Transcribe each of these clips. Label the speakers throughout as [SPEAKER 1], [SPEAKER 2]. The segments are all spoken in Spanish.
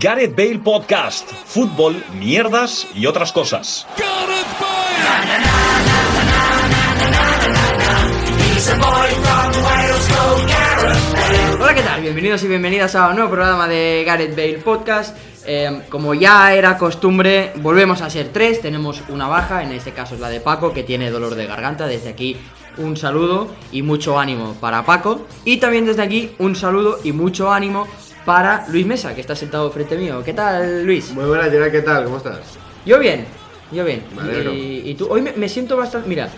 [SPEAKER 1] Gareth Bale Podcast, fútbol, mierdas y otras cosas.
[SPEAKER 2] Hola, ¿qué tal? Bienvenidos y bienvenidas a un nuevo programa de Gareth Bale Podcast. Eh, como ya era costumbre, volvemos a ser tres. Tenemos una baja, en este caso es la de Paco, que tiene dolor de garganta. Desde aquí, un saludo y mucho ánimo para Paco. Y también desde aquí, un saludo y mucho ánimo para Luis Mesa, que está sentado frente mío. ¿Qué tal, Luis?
[SPEAKER 3] Muy buenas, Gerard, ¿qué tal? ¿Cómo estás?
[SPEAKER 2] Yo bien, yo bien.
[SPEAKER 3] Me alegro.
[SPEAKER 2] Y, y tú, hoy me, me siento bastante. Mira,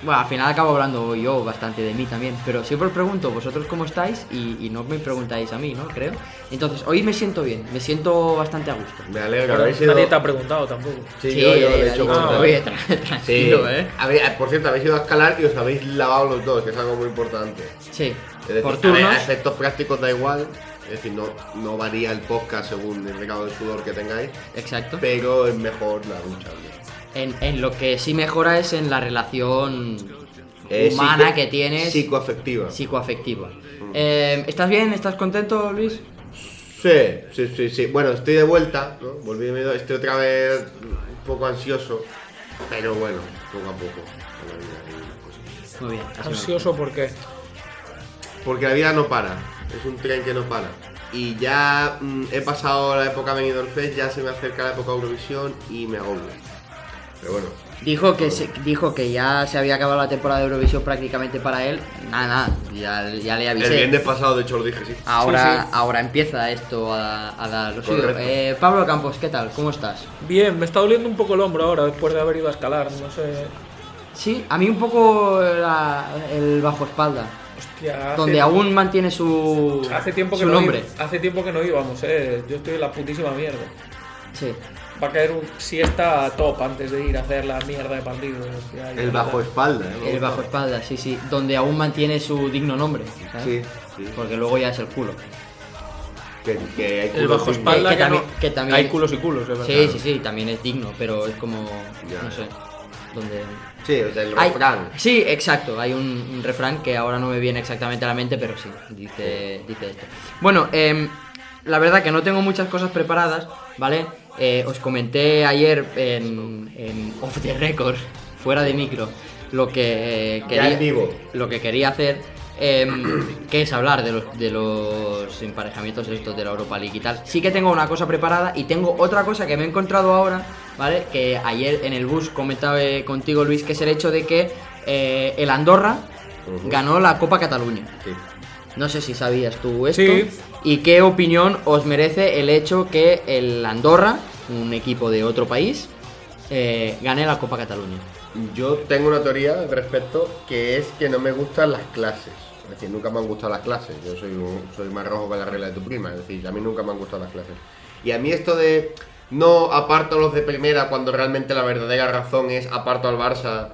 [SPEAKER 2] bueno, al final acabo hablando yo bastante de mí también, pero siempre os pregunto vosotros cómo estáis y, y no me preguntáis a mí, ¿no? Creo. Entonces, hoy me siento bien, me siento bastante a gusto.
[SPEAKER 3] Me alegro,
[SPEAKER 4] Claro,
[SPEAKER 3] habéis sido...
[SPEAKER 4] Nadie te ha preguntado tampoco.
[SPEAKER 3] Sí, yo, yo, de
[SPEAKER 2] eh,
[SPEAKER 3] hecho,
[SPEAKER 2] no,
[SPEAKER 3] bueno,
[SPEAKER 2] oye, tra-
[SPEAKER 3] Sí,
[SPEAKER 2] tranquilo, ¿eh?
[SPEAKER 3] Habéis- ah, por cierto, habéis ido a escalar y os habéis lavado los dos, que es algo muy importante.
[SPEAKER 2] Sí,
[SPEAKER 3] Es decir,
[SPEAKER 2] por
[SPEAKER 3] a, ver,
[SPEAKER 2] turnos.
[SPEAKER 3] a efectos prácticos da igual, es decir, no, no varía el podcast según el recado de sudor que tengáis,
[SPEAKER 2] Exacto.
[SPEAKER 3] pero es mejor la ducha. ¿no?
[SPEAKER 2] En, en lo que sí mejora es en la relación
[SPEAKER 3] Eh,
[SPEAKER 2] humana
[SPEAKER 3] psico-
[SPEAKER 2] que tienes,
[SPEAKER 3] Psicoafectiva. Sí.
[SPEAKER 2] psicoafectiva. Eh, ¿Estás bien? ¿Estás contento, Luis?
[SPEAKER 3] sí, sí, sí, Bueno, estoy de vuelta, ¿no? Volví, de miedo, estoy otra vez un poco ansioso, pero bueno, poco a poco. con la vida y las cosas.
[SPEAKER 2] Muy bien. así me
[SPEAKER 5] Pues
[SPEAKER 2] gusta.
[SPEAKER 4] Ansioso porque
[SPEAKER 3] Porque la vida no para, es un tren que no para. Y ya mm, he pasado la época Benidorm Fest, ya se me acerca la época Eurovisión y me agobio. Pero bueno,
[SPEAKER 2] Dijo que, se- dijo que ya se había acabado la temporada de Eurovisión prácticamente para él. Nada, nada, ya, ya le
[SPEAKER 3] el
[SPEAKER 2] avisé.
[SPEAKER 3] viernes pasado de hecho lo dije, sí.
[SPEAKER 2] Ahora,
[SPEAKER 4] Sí, sí.
[SPEAKER 2] ahora empieza esto a, a dar lo suyo.
[SPEAKER 3] Correcto.
[SPEAKER 2] Eh, Pablo Campos, ¿qué tal? ¿Cómo estás?
[SPEAKER 4] bien, me está doliendo un poco el hombro ahora después de haber ido a escalar, no sé.
[SPEAKER 2] Sí, a mí un poco la- el bajo espalda,
[SPEAKER 4] Hostia, hace,
[SPEAKER 2] donde aún mantiene su,
[SPEAKER 4] Ah, hace tiempo que
[SPEAKER 2] su
[SPEAKER 4] no
[SPEAKER 2] nombre.
[SPEAKER 4] i- hace tiempo que no íbamos, eh. Yo estoy en la putísima mierda.
[SPEAKER 2] Sí.
[SPEAKER 4] Va a caer un siesta a top antes de ir a hacer la mierda de partido. hostia, y
[SPEAKER 3] El
[SPEAKER 4] la-
[SPEAKER 3] bajo espalda, ¿eh?
[SPEAKER 2] El bajo espalda, sí, sí, donde aún mantiene su digno nombre, ¿sabes?
[SPEAKER 3] Sí, sí.
[SPEAKER 2] Porque luego ya es el culo.
[SPEAKER 3] Que, que hay
[SPEAKER 4] El bajo
[SPEAKER 3] culo
[SPEAKER 4] espalda
[SPEAKER 2] Que
[SPEAKER 4] que,
[SPEAKER 2] también-
[SPEAKER 4] no-
[SPEAKER 2] que también-
[SPEAKER 4] hay culos y culos, es verdad.
[SPEAKER 2] Sí, sí, sí, también es digno, pero es como,
[SPEAKER 3] Ya,
[SPEAKER 2] no
[SPEAKER 3] ya.
[SPEAKER 2] sé, donde...
[SPEAKER 3] sin- Sí, o sea, el
[SPEAKER 2] Hay-
[SPEAKER 3] refrán.
[SPEAKER 2] Sí, exacto. Hay un, un refrán que ahora no me viene exactamente a la mente, pero sí, dice, dice esto. Bueno, em, la verdad que no tengo muchas cosas preparadas, ¿vale? Eh, os comenté ayer en, en Off the Record, fuera de micro, lo que eh,
[SPEAKER 3] Ya
[SPEAKER 2] quería,
[SPEAKER 3] en vivo.
[SPEAKER 2] lo que quería hacer, em, que es hablar de los, de los emparejamientos estos de la Europa League y tal. Sí que tengo una cosa preparada y tengo otra cosa que me he encontrado ahora, ¿vale? Que ayer en el bus comentaba eh, contigo, Luis, que es el hecho de que eh, el Andorra
[SPEAKER 3] Ujú.
[SPEAKER 2] ganó la Copa Cataluña.
[SPEAKER 3] Sí.
[SPEAKER 2] No sé si sabías tú esto.
[SPEAKER 4] Sí.
[SPEAKER 2] ¿Y qué opinión os merece el hecho que el Andorra, un equipo de otro país, eh, gane la Copa Cataluña?
[SPEAKER 3] Yo tengo una teoría al respecto que es que no me gustan las clases. Es decir, nunca me han gustado las clases. Yo soy, un- soy más rojo que la regla de tu prima. Es decir, a mí nunca me han gustado las clases. Y a mí esto de no aparto a los de primera cuando realmente la verdadera razón es aparto al Barça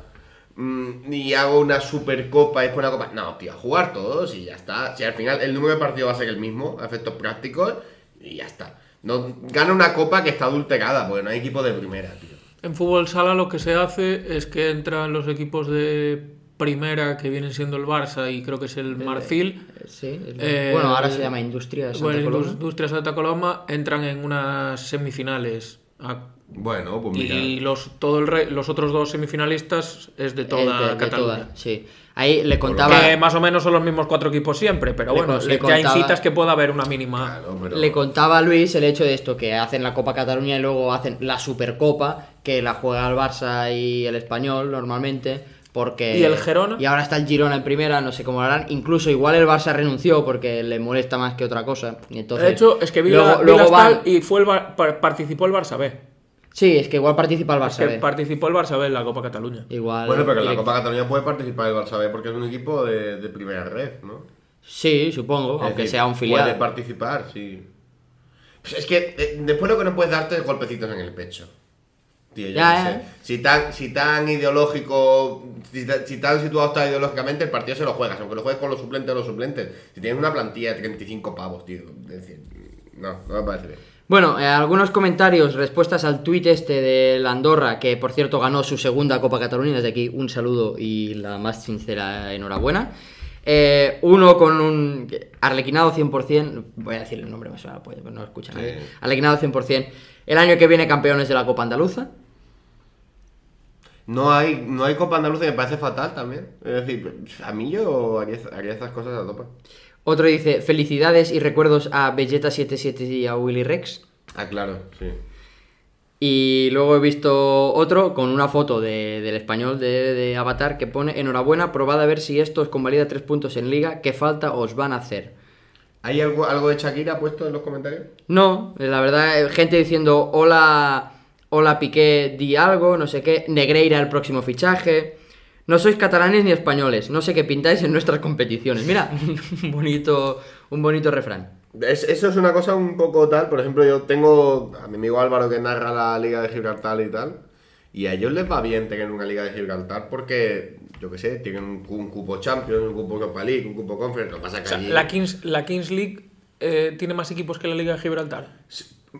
[SPEAKER 3] mm, y hago una supercopa y después una copa. No, tío, a jugar todos y ya está. Si al final el número de partidos va a ser el mismo, a efectos prácticos, y ya está. No, gana una copa que está adulterada, porque no hay equipo de primera, tío.
[SPEAKER 5] En fútbol sala lo que se hace es que entran los equipos de primera que vienen siendo el Barça y creo que es el Marfil.
[SPEAKER 2] Sí.
[SPEAKER 5] Eh,
[SPEAKER 2] bueno, ahora se llama Industria Santa
[SPEAKER 5] Bueno,
[SPEAKER 2] Coloma.
[SPEAKER 5] Industria Santa Coloma entran en unas semifinales a-
[SPEAKER 3] Bueno, pues
[SPEAKER 5] y los todo el re- los otros dos semifinalistas es de
[SPEAKER 2] Eh,
[SPEAKER 5] toda
[SPEAKER 2] de- de
[SPEAKER 5] Cataluña.
[SPEAKER 2] toda, sí. Ahí le contaba,
[SPEAKER 5] Que más o menos son los mismos cuatro equipos siempre, pero
[SPEAKER 2] Le
[SPEAKER 5] bueno,
[SPEAKER 2] con- le
[SPEAKER 5] le ya
[SPEAKER 2] contaba-
[SPEAKER 5] incitas que pueda haber una mínima.
[SPEAKER 3] Claro, pero-
[SPEAKER 2] le contaba a Luis el hecho de esto, que hacen la Copa Cataluña y luego hacen la Supercopa, que la juega el Barça y el Español normalmente. Porque...
[SPEAKER 5] ¿Y el Girona?
[SPEAKER 2] Y ahora está el Girona en primera, no sé cómo lo harán. Incluso igual el Barça renunció porque le molesta más que otra cosa. y entonces,
[SPEAKER 5] de hecho, es que vi
[SPEAKER 2] luego,
[SPEAKER 5] la- vi
[SPEAKER 2] luego
[SPEAKER 5] las
[SPEAKER 2] van-
[SPEAKER 5] tal y fue el Bar- par- participó el Barça B.
[SPEAKER 2] Sí, es que igual participa el Barça.
[SPEAKER 5] Que
[SPEAKER 2] B.
[SPEAKER 5] participó el Barça B en la Copa Cataluña.
[SPEAKER 2] Igual
[SPEAKER 3] Bueno, pero en la
[SPEAKER 2] directo.
[SPEAKER 3] Copa Cataluña puede participar el Barça B porque es un equipo de, de primera red, ¿no?
[SPEAKER 2] Sí, supongo,
[SPEAKER 3] Es
[SPEAKER 2] aunque
[SPEAKER 3] decir,
[SPEAKER 2] sea un filial.
[SPEAKER 3] Puede participar, sí. Pues es que eh, después lo que no puedes darte es golpecitos en el pecho. Tío, yo
[SPEAKER 2] Ya,
[SPEAKER 3] qué sé.
[SPEAKER 2] ¿eh?
[SPEAKER 3] Si tan, si tan ideológico, si, ta- si tan situado está ideológicamente, el partido se lo juegas, aunque lo juegues con los suplentes o los suplentes. Si tienes una plantilla de 35 pavos, tío. Es decir, no, no me parece bien.
[SPEAKER 2] Bueno, eh, algunos comentarios, respuestas al tuit este de la Andorra, que por cierto ganó su segunda Copa Cataluña, desde aquí un saludo y la más sincera enhorabuena. Eh, uno con un arlequinado 100%, voy a decir el nombre, me suena, pues no lo escucha nadie.
[SPEAKER 3] Sí.
[SPEAKER 2] Arlequinado 100%. El año que viene campeones de la Copa Andaluza.
[SPEAKER 3] No hay, no hay Copa Andaluza y me parece fatal también. Es decir, a mí yo haría, haría estas cosas a tope.
[SPEAKER 2] Otro dice, felicidades y recuerdos a Vegeta77 y a Willy Rex.
[SPEAKER 3] Ah, claro, sí.
[SPEAKER 2] Y luego he visto otro con una foto de- del español de, de Avatar que pone enhorabuena, probad a ver si esto os convalida tres puntos en liga, qué falta os van a hacer.
[SPEAKER 3] ¿Hay algo, algo de Shakira puesto en los comentarios?
[SPEAKER 2] No, la verdad, eh, gente diciendo hola, hola Piqué, di algo, no sé qué, Negreira el próximo fichaje. No sois catalanes ni españoles, no sé qué pintáis en nuestras competiciones. Mira, un bonito, un bonito refrán.
[SPEAKER 3] Es- eso es una cosa un poco tal. Por ejemplo, yo tengo a mi amigo Álvaro que narra la Liga de Gibraltar y tal. Y a ellos les va bien tener una Liga de Gibraltar porque, yo qué sé, tienen un, cu- un cupo Champions, un cupo Copa League, un cupo Conference. Lo que pasa es
[SPEAKER 5] O
[SPEAKER 3] que
[SPEAKER 5] sea,
[SPEAKER 3] allí-
[SPEAKER 5] la, Kings, la Kings League eh, tiene más equipos que la Liga de Gibraltar.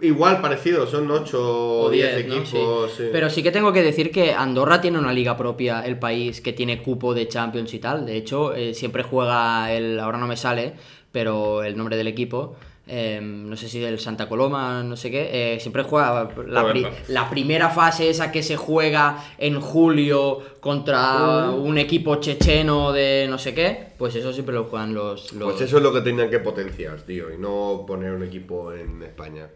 [SPEAKER 3] Igual parecido, son 8 o 10
[SPEAKER 2] diez, ¿no?
[SPEAKER 3] equipos.
[SPEAKER 2] Sí.
[SPEAKER 3] sí.
[SPEAKER 2] Pero sí que tengo que decir que Andorra tiene una liga propia, el país que tiene cupo de Champions y tal. De hecho, eh, siempre juega el. Ahora no me sale, pero el nombre del equipo. eh, no sé si del Santa Coloma, no sé qué. eh, siempre juega la, pri-
[SPEAKER 3] Joder,
[SPEAKER 2] la primera fase, esa que se juega en julio contra un equipo checheno de no sé qué. Pues eso siempre lo juegan los. los-
[SPEAKER 3] Pues eso es lo que tenían que potenciar, tío, y no poner un equipo en España.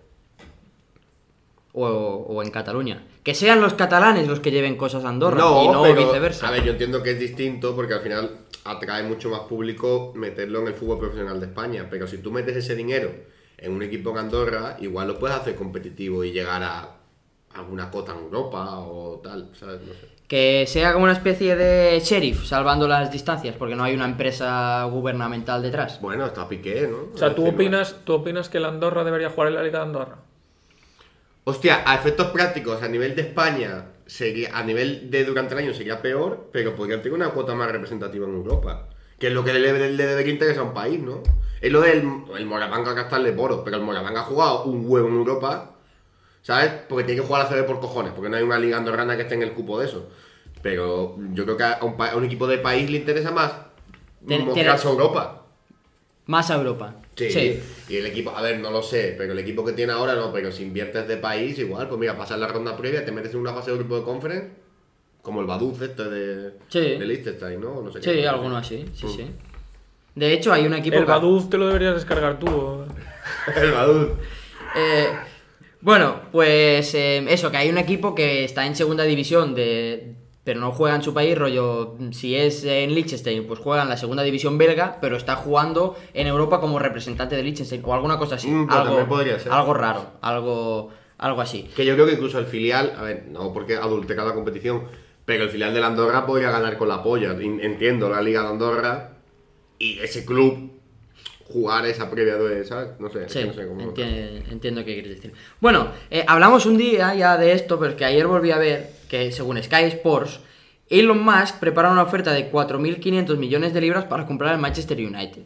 [SPEAKER 2] O, o en Cataluña. Que sean los catalanes los que lleven cosas a Andorra y no
[SPEAKER 3] pero,
[SPEAKER 2] viceversa.
[SPEAKER 3] A ver, yo entiendo que es distinto porque al final atrae mucho más público meterlo en el fútbol profesional de España, pero si tú metes ese dinero en un equipo en Andorra, igual lo puedes hacer competitivo y llegar a alguna cota en Europa o tal, ¿sabes? No sé.
[SPEAKER 2] Que sea como una especie de sheriff, salvando las distancias, porque no hay una empresa gubernamental detrás.
[SPEAKER 3] Bueno, está Piqué, ¿no?
[SPEAKER 5] O sea, ¿tú
[SPEAKER 3] Es decir,
[SPEAKER 5] opinas, ¿tú opinas que la Andorra debería jugar en la Liga de Andorra?
[SPEAKER 3] Hostia, a efectos prácticos, a nivel de España, sería- a nivel de durante el año sería peor, pero podría tener una cuota más representativa en Europa. Que es lo que le, le, le debería interesar a un país, ¿no? Es lo del el Moravanga que está el de Boros, pero el Moravanga ha jugado un huevo en Europa, ¿sabes? Porque tiene que jugar a CB por cojones, porque no hay una liga andorrana que esté en el cupo de eso. Pero yo creo que a un, pa- a un equipo de país le interesa más
[SPEAKER 2] Ten-
[SPEAKER 3] mostrarse
[SPEAKER 2] ten-
[SPEAKER 3] a Europa.
[SPEAKER 2] Más a Europa.
[SPEAKER 3] Sí. Y el equipo, a ver, no lo sé, pero el equipo que tiene ahora no, pero si inviertes de país, igual, pues mira, pasas la ronda previa, te metes en una fase de grupo de conference, como el Baduz este de,
[SPEAKER 2] Sí.
[SPEAKER 3] de Liechtenstein, ¿no? O No sé
[SPEAKER 2] Sí,
[SPEAKER 3] qué.
[SPEAKER 2] alguno así, sí,
[SPEAKER 3] Mm.
[SPEAKER 2] sí. De hecho, hay un equipo...
[SPEAKER 5] El
[SPEAKER 2] que-
[SPEAKER 5] Baduz te lo deberías descargar tú. o-
[SPEAKER 3] el Baduz.
[SPEAKER 2] Eh, bueno, pues eh, eso, que hay un equipo que está en segunda división de... Pero no juega en su país, rollo, si es en Liechtenstein, pues juega en la segunda división belga, pero está jugando en Europa como representante de Liechtenstein o alguna cosa así.
[SPEAKER 3] Mm, pues
[SPEAKER 2] algo,
[SPEAKER 3] también podría ser.
[SPEAKER 2] algo raro, algo, algo así.
[SPEAKER 3] Que yo creo que incluso el filial, a ver, no porque adultera la competición, pero el filial de la Andorra podría ganar con la polla. In- Entiendo la Liga de Andorra y ese club jugar esa previa de, ¿sabes? No sé, es
[SPEAKER 2] Sí,
[SPEAKER 3] que no sé cómo.
[SPEAKER 2] entien- entiendo, qué quieres decir. Bueno, eh, hablamos un día ya de esto, pero es que ayer volví a ver que según Sky Sports, Elon Musk prepara una oferta de 4.500 millones de libras para comprar el Manchester United.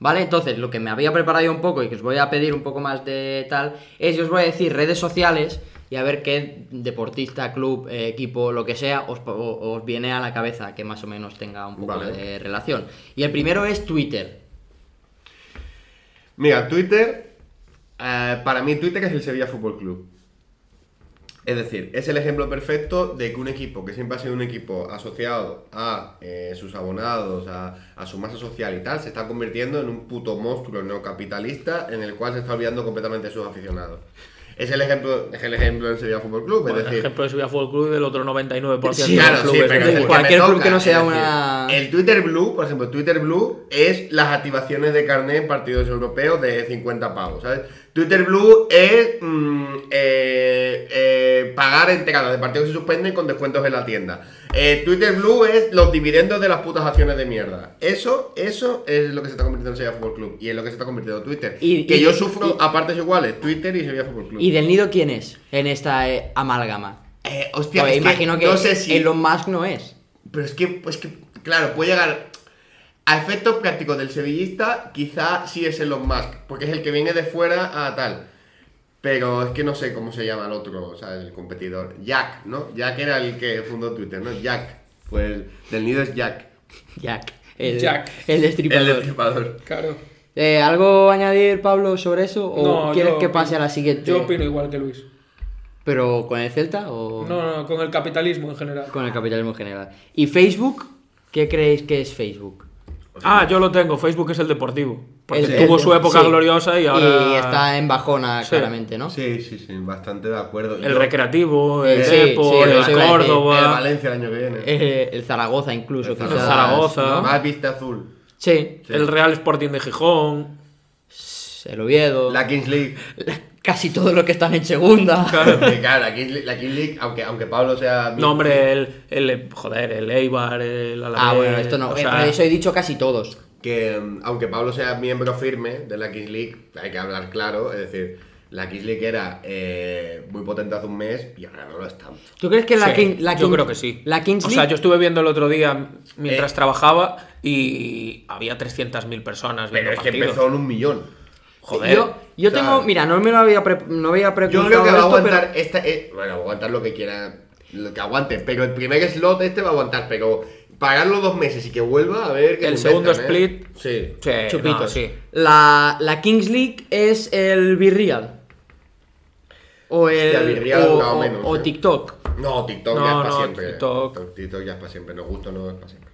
[SPEAKER 2] ¿Vale? Entonces, lo que me había preparado yo un poco y que os voy a pedir un poco más de tal, es que os voy a decir redes sociales y a ver qué deportista, club, eh, equipo, lo que sea, os, po- o- os viene a la cabeza que más o menos tenga un poco
[SPEAKER 3] Vale.
[SPEAKER 2] de relación. Y el primero es Twitter.
[SPEAKER 3] Mira, Twitter. eh, para mí, Twitter es el Sevilla Fútbol Club. Es decir, es el ejemplo perfecto de que un equipo que siempre ha sido un equipo asociado a eh, sus abonados, a, a su masa social y tal, se está convirtiendo en un puto monstruo neocapitalista en el cual se está olvidando completamente de sus aficionados. Es el ejemplo, es el ejemplo del Sevilla Fútbol Club. Es
[SPEAKER 5] Bueno,
[SPEAKER 3] decir,
[SPEAKER 5] ejemplo de Sevilla Fútbol Club y del otro 99%
[SPEAKER 2] Sí,
[SPEAKER 5] de los
[SPEAKER 3] claro, sí,
[SPEAKER 5] clubes.
[SPEAKER 3] pero
[SPEAKER 5] de
[SPEAKER 3] es el
[SPEAKER 5] fútbol.
[SPEAKER 3] que me
[SPEAKER 2] cualquier club
[SPEAKER 3] toca,
[SPEAKER 2] que no sea
[SPEAKER 3] es decir,
[SPEAKER 2] una-
[SPEAKER 3] El Twitter Blue, por ejemplo, Twitter Blue es las activaciones de carnet en partidos europeos de 50 pavos, ¿sabes? Twitter Blue es mm, eh, eh, pagar entradas de partidos que se suspenden con descuentos en la tienda. Eh, Twitter Blue es los dividendos de las putas acciones de mierda. Eso, eso es lo que se está convirtiendo en Sevilla Fútbol Club y es lo que se está convirtiendo en Twitter.
[SPEAKER 2] Y-
[SPEAKER 3] que
[SPEAKER 2] y-
[SPEAKER 3] yo sufro
[SPEAKER 2] y-
[SPEAKER 3] a partes iguales, Twitter y Sevilla Fútbol Club.
[SPEAKER 2] ¿Y del nido quién es en esta eh, amálgama?
[SPEAKER 3] Eh, hostia,
[SPEAKER 2] Pues
[SPEAKER 3] es que
[SPEAKER 2] imagino que,
[SPEAKER 3] no sé si...
[SPEAKER 2] Elon Musk no es.
[SPEAKER 3] Pero es que, pues que, claro, puede llegar. A efectos prácticos del sevillista, quizá sí es Elon Musk, porque es el que viene de fuera a tal. Pero es que no sé cómo se llama el otro, o sea, el competidor. Jack, ¿no? Jack era el que fundó Twitter, ¿no? Jack. Pues del nido es Jack.
[SPEAKER 2] Jack. el,
[SPEAKER 4] Jack.
[SPEAKER 2] el destripador.
[SPEAKER 3] El destripador.
[SPEAKER 4] Claro.
[SPEAKER 2] Eh, ¿Algo añadir, Pablo, sobre eso? ¿O
[SPEAKER 4] No,
[SPEAKER 2] quieres
[SPEAKER 4] yo
[SPEAKER 2] que pase
[SPEAKER 4] opino-
[SPEAKER 2] a la siguiente?
[SPEAKER 4] Yo opino igual que Luis.
[SPEAKER 2] ¿Pero con el Celta o
[SPEAKER 4] No, no, con el capitalismo en general.
[SPEAKER 2] con el capitalismo en general? ¿Y Facebook? ¿Qué creéis que es Facebook?
[SPEAKER 5] Ah, yo lo tengo. Facebook es el deportivo. Porque
[SPEAKER 2] El-
[SPEAKER 5] Pues tuvo
[SPEAKER 2] el-
[SPEAKER 5] su época
[SPEAKER 2] sí.
[SPEAKER 5] gloriosa y ahora.
[SPEAKER 2] Y está en bajona,
[SPEAKER 5] Sí.
[SPEAKER 2] claramente, ¿no?
[SPEAKER 3] Sí, sí, sí, bastante de acuerdo.
[SPEAKER 5] El
[SPEAKER 3] Yo-
[SPEAKER 5] recreativo, el
[SPEAKER 2] Sí, sí,
[SPEAKER 5] Depor,
[SPEAKER 2] sí, sí,
[SPEAKER 5] el
[SPEAKER 2] sí.
[SPEAKER 3] El
[SPEAKER 5] Córdoba.
[SPEAKER 3] Valencia el año que viene.
[SPEAKER 2] Eh, el Zaragoza incluso.
[SPEAKER 3] El
[SPEAKER 2] quizás,
[SPEAKER 5] Zaragoza.
[SPEAKER 2] ¿no?
[SPEAKER 3] Más vista azul.
[SPEAKER 2] Sí, pues
[SPEAKER 3] Sí.
[SPEAKER 5] El Real Sporting de Gijón.
[SPEAKER 2] el Oviedo.
[SPEAKER 3] La Kings League.
[SPEAKER 2] Casi todos los que están en segunda.
[SPEAKER 3] Porque, claro, la Kings League, la Kings League, aunque, aunque Pablo sea.
[SPEAKER 5] No, hombre, el, el- Joder, el Eibar, el Alavés.
[SPEAKER 2] Ah, bueno, esto no.
[SPEAKER 5] o
[SPEAKER 2] eh,
[SPEAKER 5] sea,
[SPEAKER 2] pero eso he dicho casi todos.
[SPEAKER 3] Que mm, aunque Pablo sea miembro firme de la Kings League, hay que hablar claro. Es decir, la Kings League era eh, muy potente hace un mes y ahora no lo es tanto.
[SPEAKER 2] ¿Tú crees que la,
[SPEAKER 5] sí,
[SPEAKER 2] King- la
[SPEAKER 5] Yo
[SPEAKER 2] King-
[SPEAKER 5] creo que sí.
[SPEAKER 2] La Kings
[SPEAKER 5] O sea,
[SPEAKER 2] League-
[SPEAKER 5] yo estuve viendo el otro día mientras
[SPEAKER 3] Eh.
[SPEAKER 5] trabajaba y había 300.000 personas viendo
[SPEAKER 3] Pero es que
[SPEAKER 5] partidos.
[SPEAKER 3] empezó en un millón.
[SPEAKER 5] Joder.
[SPEAKER 2] Yo, yo
[SPEAKER 3] o sea,
[SPEAKER 2] tengo. Mira, no me lo había, pre- no había
[SPEAKER 3] Yo
[SPEAKER 2] preguntado.
[SPEAKER 3] creo que va a
[SPEAKER 2] esto,
[SPEAKER 3] aguantar
[SPEAKER 2] pero-
[SPEAKER 3] esta. eh, bueno, va a aguantar lo que quiera. Lo que aguante. Pero el primer slot este va a aguantar. Pero pagarlo dos meses y que vuelva a ver. Que
[SPEAKER 5] El
[SPEAKER 3] se
[SPEAKER 5] segundo
[SPEAKER 3] inventan, ¿eh?
[SPEAKER 5] split.
[SPEAKER 3] Sí.
[SPEAKER 5] Sí, no,
[SPEAKER 2] Chupitos.
[SPEAKER 5] sí.
[SPEAKER 2] La, la Kings League es el Virreal. O el.
[SPEAKER 3] Hostia, Virreal
[SPEAKER 2] o,
[SPEAKER 3] duraba
[SPEAKER 2] o-
[SPEAKER 3] menos,
[SPEAKER 2] o
[SPEAKER 3] eh.
[SPEAKER 2] TikTok.
[SPEAKER 3] No, TikTok
[SPEAKER 5] No,
[SPEAKER 3] ya es para
[SPEAKER 5] no,
[SPEAKER 3] siempre.
[SPEAKER 5] TikTok.
[SPEAKER 3] TikTok ya es para siempre. Nos gusta o no es para siempre.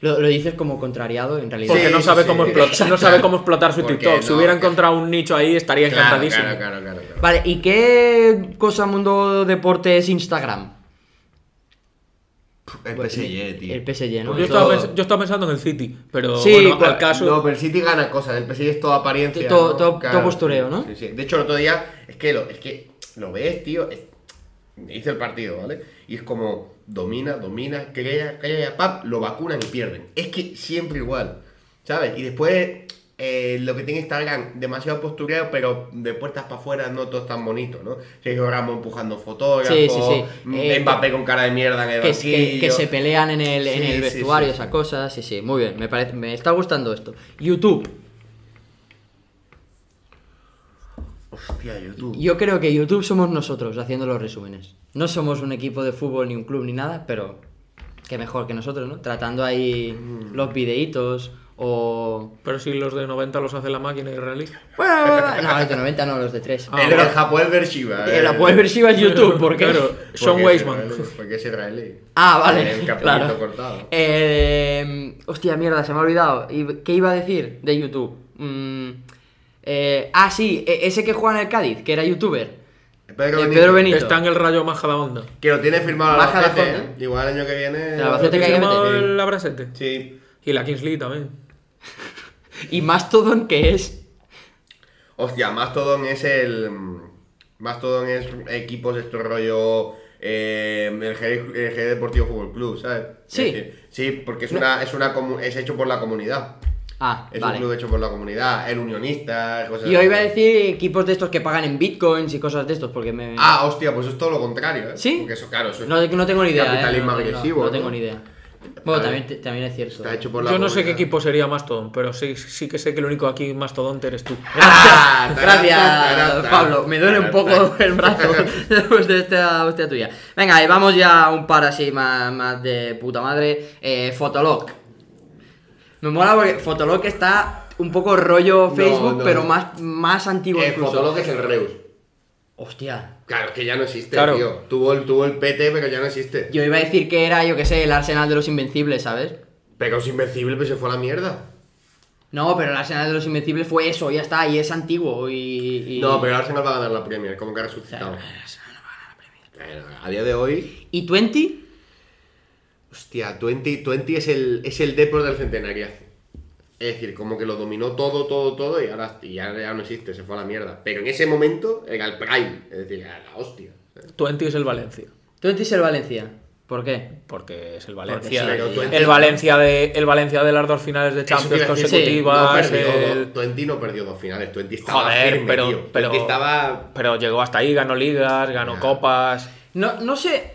[SPEAKER 2] Lo, lo dices como contrariado, en realidad.
[SPEAKER 5] Porque
[SPEAKER 3] Sí,
[SPEAKER 5] no, sabe
[SPEAKER 3] sí,
[SPEAKER 5] cómo
[SPEAKER 3] sí.
[SPEAKER 5] explotar, no sabe cómo explotar su
[SPEAKER 3] Porque
[SPEAKER 5] TikTok. si
[SPEAKER 3] no,
[SPEAKER 5] hubiera
[SPEAKER 3] claro.
[SPEAKER 5] encontrado un nicho ahí, estaría
[SPEAKER 3] Claro,
[SPEAKER 5] encantadísimo.
[SPEAKER 3] claro, claro, claro, claro.
[SPEAKER 2] Vale, ¿y qué cosa mundo deporte es Instagram?
[SPEAKER 3] El
[SPEAKER 2] Pues,
[SPEAKER 3] PSG, tío.
[SPEAKER 2] el PSG, ¿no?
[SPEAKER 5] Yo
[SPEAKER 3] Porque
[SPEAKER 5] estaba,
[SPEAKER 3] todo-
[SPEAKER 5] pens- yo estaba pensando en el City, pero
[SPEAKER 2] Sí,
[SPEAKER 5] bueno,
[SPEAKER 2] cua-
[SPEAKER 5] al caso.
[SPEAKER 3] No, pero el City gana cosas. El PSG es toda apariencia.
[SPEAKER 2] Todo-
[SPEAKER 3] ¿no?
[SPEAKER 2] todo- todo postureo, ¿no?
[SPEAKER 3] Sí, sí. De hecho, el otro día. Es que lo, es que lo ves, tío. es- hice el partido, ¿vale? Y es como. Domina, domina, crea, crea, pap, lo vacunan y pierden. Es que siempre igual. ¿Sabes? Y después. eh, lo que tiene Instagram, demasiado postureo, pero de puertas para afuera no todo es tan bonito, ¿no? Sergio Ramos empujando fotógrafos, mm,
[SPEAKER 2] Sí, sí, sí. Eh,
[SPEAKER 3] Mbappé con cara de mierda en el
[SPEAKER 2] que, que- que
[SPEAKER 3] banquillo.
[SPEAKER 2] se pelean en el, en
[SPEAKER 3] Sí,
[SPEAKER 2] el
[SPEAKER 3] sí,
[SPEAKER 2] vestuario,
[SPEAKER 3] sí,
[SPEAKER 2] esas
[SPEAKER 3] sí.
[SPEAKER 2] cosas. Sí, sí, muy bien, me, parece, me está gustando esto. YouTube.
[SPEAKER 3] Hostia, YouTube.
[SPEAKER 2] Yo creo que YouTube somos nosotros haciendo los resúmenes. No somos un equipo de fútbol, ni un club, ni nada, pero que mejor que nosotros, ¿no? Tratando ahí
[SPEAKER 3] Mm.
[SPEAKER 2] los videitos o...
[SPEAKER 5] Pero si los de 90 los hace la máquina israelí.
[SPEAKER 2] Bueno, no, los de 90 no, los de 3.
[SPEAKER 5] Ah,
[SPEAKER 3] el,
[SPEAKER 5] bueno.
[SPEAKER 3] el Japón ver Shiva. eh.
[SPEAKER 2] la puedes ver si va en YouTube, porque...
[SPEAKER 5] Claro, Sean
[SPEAKER 3] Porque es
[SPEAKER 5] Weisman.
[SPEAKER 3] israelí, Porque es israelí.
[SPEAKER 2] Ah, vale.
[SPEAKER 3] El capellito
[SPEAKER 2] claro.
[SPEAKER 3] cortado.
[SPEAKER 2] Eh, hostia, mierda, se me ha olvidado. ¿Y ¿Qué iba a decir de YouTube? Mm, eh, ah, sí, e- ese que juega en el Cádiz, que era youtuber.
[SPEAKER 3] Pedro
[SPEAKER 2] eh,
[SPEAKER 3] Benítez.
[SPEAKER 2] Pedro Benítez.
[SPEAKER 5] Está en el rayo Majadahonda.
[SPEAKER 3] Que lo tiene firmado el
[SPEAKER 2] Baja de
[SPEAKER 3] Albacete.
[SPEAKER 2] fondo.
[SPEAKER 3] ¿eh? Igual el año que viene.
[SPEAKER 2] El Albacete
[SPEAKER 5] ¿Te
[SPEAKER 2] que hay que
[SPEAKER 5] firmado
[SPEAKER 2] meter.
[SPEAKER 5] el Abrasete?
[SPEAKER 3] Sí.
[SPEAKER 5] Y la Kingsley también.
[SPEAKER 2] Y Mastodon, que es...
[SPEAKER 3] Hostia, Mastodon es el. Mastodon es equipos de estos rollo. eh, el, G, el G Deportivo Fútbol Club, ¿sabes?
[SPEAKER 2] Sí.
[SPEAKER 3] Es decir, sí, porque es una, es una comu- es hecho por la comunidad.
[SPEAKER 2] Ah,
[SPEAKER 3] Es un
[SPEAKER 2] vale.
[SPEAKER 3] club hecho por la comunidad. El unionista, cosas
[SPEAKER 2] Y hoy
[SPEAKER 3] así.
[SPEAKER 2] iba a decir equipos de estos que pagan en bitcoins y cosas de estos, porque me...
[SPEAKER 3] Ah, hostia, pues eso es todo lo contrario, ¿eh?
[SPEAKER 2] ¿Sí?
[SPEAKER 3] Porque eso, claro, eso es-
[SPEAKER 2] no, no tengo ni idea. eh,
[SPEAKER 3] capitalismo
[SPEAKER 2] no, no, no,
[SPEAKER 3] agresivo,
[SPEAKER 2] No,
[SPEAKER 3] ¿no?
[SPEAKER 2] tengo ni idea. Bueno,
[SPEAKER 3] A ver.
[SPEAKER 2] también, te- también es cierto.
[SPEAKER 3] está
[SPEAKER 2] eh.
[SPEAKER 3] hecho por la
[SPEAKER 5] Yo no sé qué
[SPEAKER 3] comunidad.
[SPEAKER 5] equipo sería Mastodon, pero sí, sí que sé que el único aquí Mastodonte eres tú.
[SPEAKER 2] Gracias,
[SPEAKER 3] Tarata,
[SPEAKER 2] gracias
[SPEAKER 3] Ah, tarata,
[SPEAKER 2] Pablo. Me duele un poco
[SPEAKER 3] tarata.
[SPEAKER 2] el brazo después de esta hostia tuya. Venga, y vamos ya a un par así más, más de puta madre. Eh, Fotolog. Me mola porque Fotolog está un poco rollo
[SPEAKER 3] No,
[SPEAKER 2] Facebook,
[SPEAKER 3] no.
[SPEAKER 2] pero más, más antiguo
[SPEAKER 3] Eh,
[SPEAKER 2] incluso.
[SPEAKER 3] Fotolog es el Reus.
[SPEAKER 2] Hostia.
[SPEAKER 3] Claro, es que ya no existe,
[SPEAKER 5] Claro.
[SPEAKER 3] tío. Tuvo el, tuvo el PT, pero ya no existe.
[SPEAKER 2] Yo iba a decir que era, yo qué sé, el Arsenal de los Invencibles, ¿sabes?
[SPEAKER 3] Pero es invencible, pero se fue a la mierda.
[SPEAKER 2] No, pero el Arsenal de los Invencibles fue eso, ya está, y es antiguo. Y, y-
[SPEAKER 3] No, pero el Arsenal va a ganar la Premier, como que ha resucitado. Bueno, a día de hoy,
[SPEAKER 2] ¿Y 20?
[SPEAKER 3] hostia, 20, 20 es el, es el Depor del centenariazo. Es decir, como que lo dominó todo, todo, todo y ahora y ya, ya no existe, se fue a la mierda. Pero en ese momento era el prime, es decir, era la hostia.
[SPEAKER 5] Twenty es el Valencia.
[SPEAKER 2] 20 es el Valencia. ¿por qué?
[SPEAKER 5] Porque es el
[SPEAKER 2] Porque
[SPEAKER 5] Valencia.
[SPEAKER 2] sí,
[SPEAKER 3] pero Twenty-
[SPEAKER 5] el Valencia de el Valencia de las dos finales de Champions
[SPEAKER 3] Eso te iba a decir, No
[SPEAKER 5] consecutivas.
[SPEAKER 3] perdió,
[SPEAKER 5] el-
[SPEAKER 3] do- Twenty no perdió dos finales, Twenty estaba
[SPEAKER 5] Joder,
[SPEAKER 3] firme,
[SPEAKER 5] pero,
[SPEAKER 3] tío.
[SPEAKER 5] pero,
[SPEAKER 3] Twenty estaba...
[SPEAKER 5] pero llegó hasta ahí, ganó ligas, ganó
[SPEAKER 3] Ya.
[SPEAKER 5] copas.
[SPEAKER 2] No, no sé.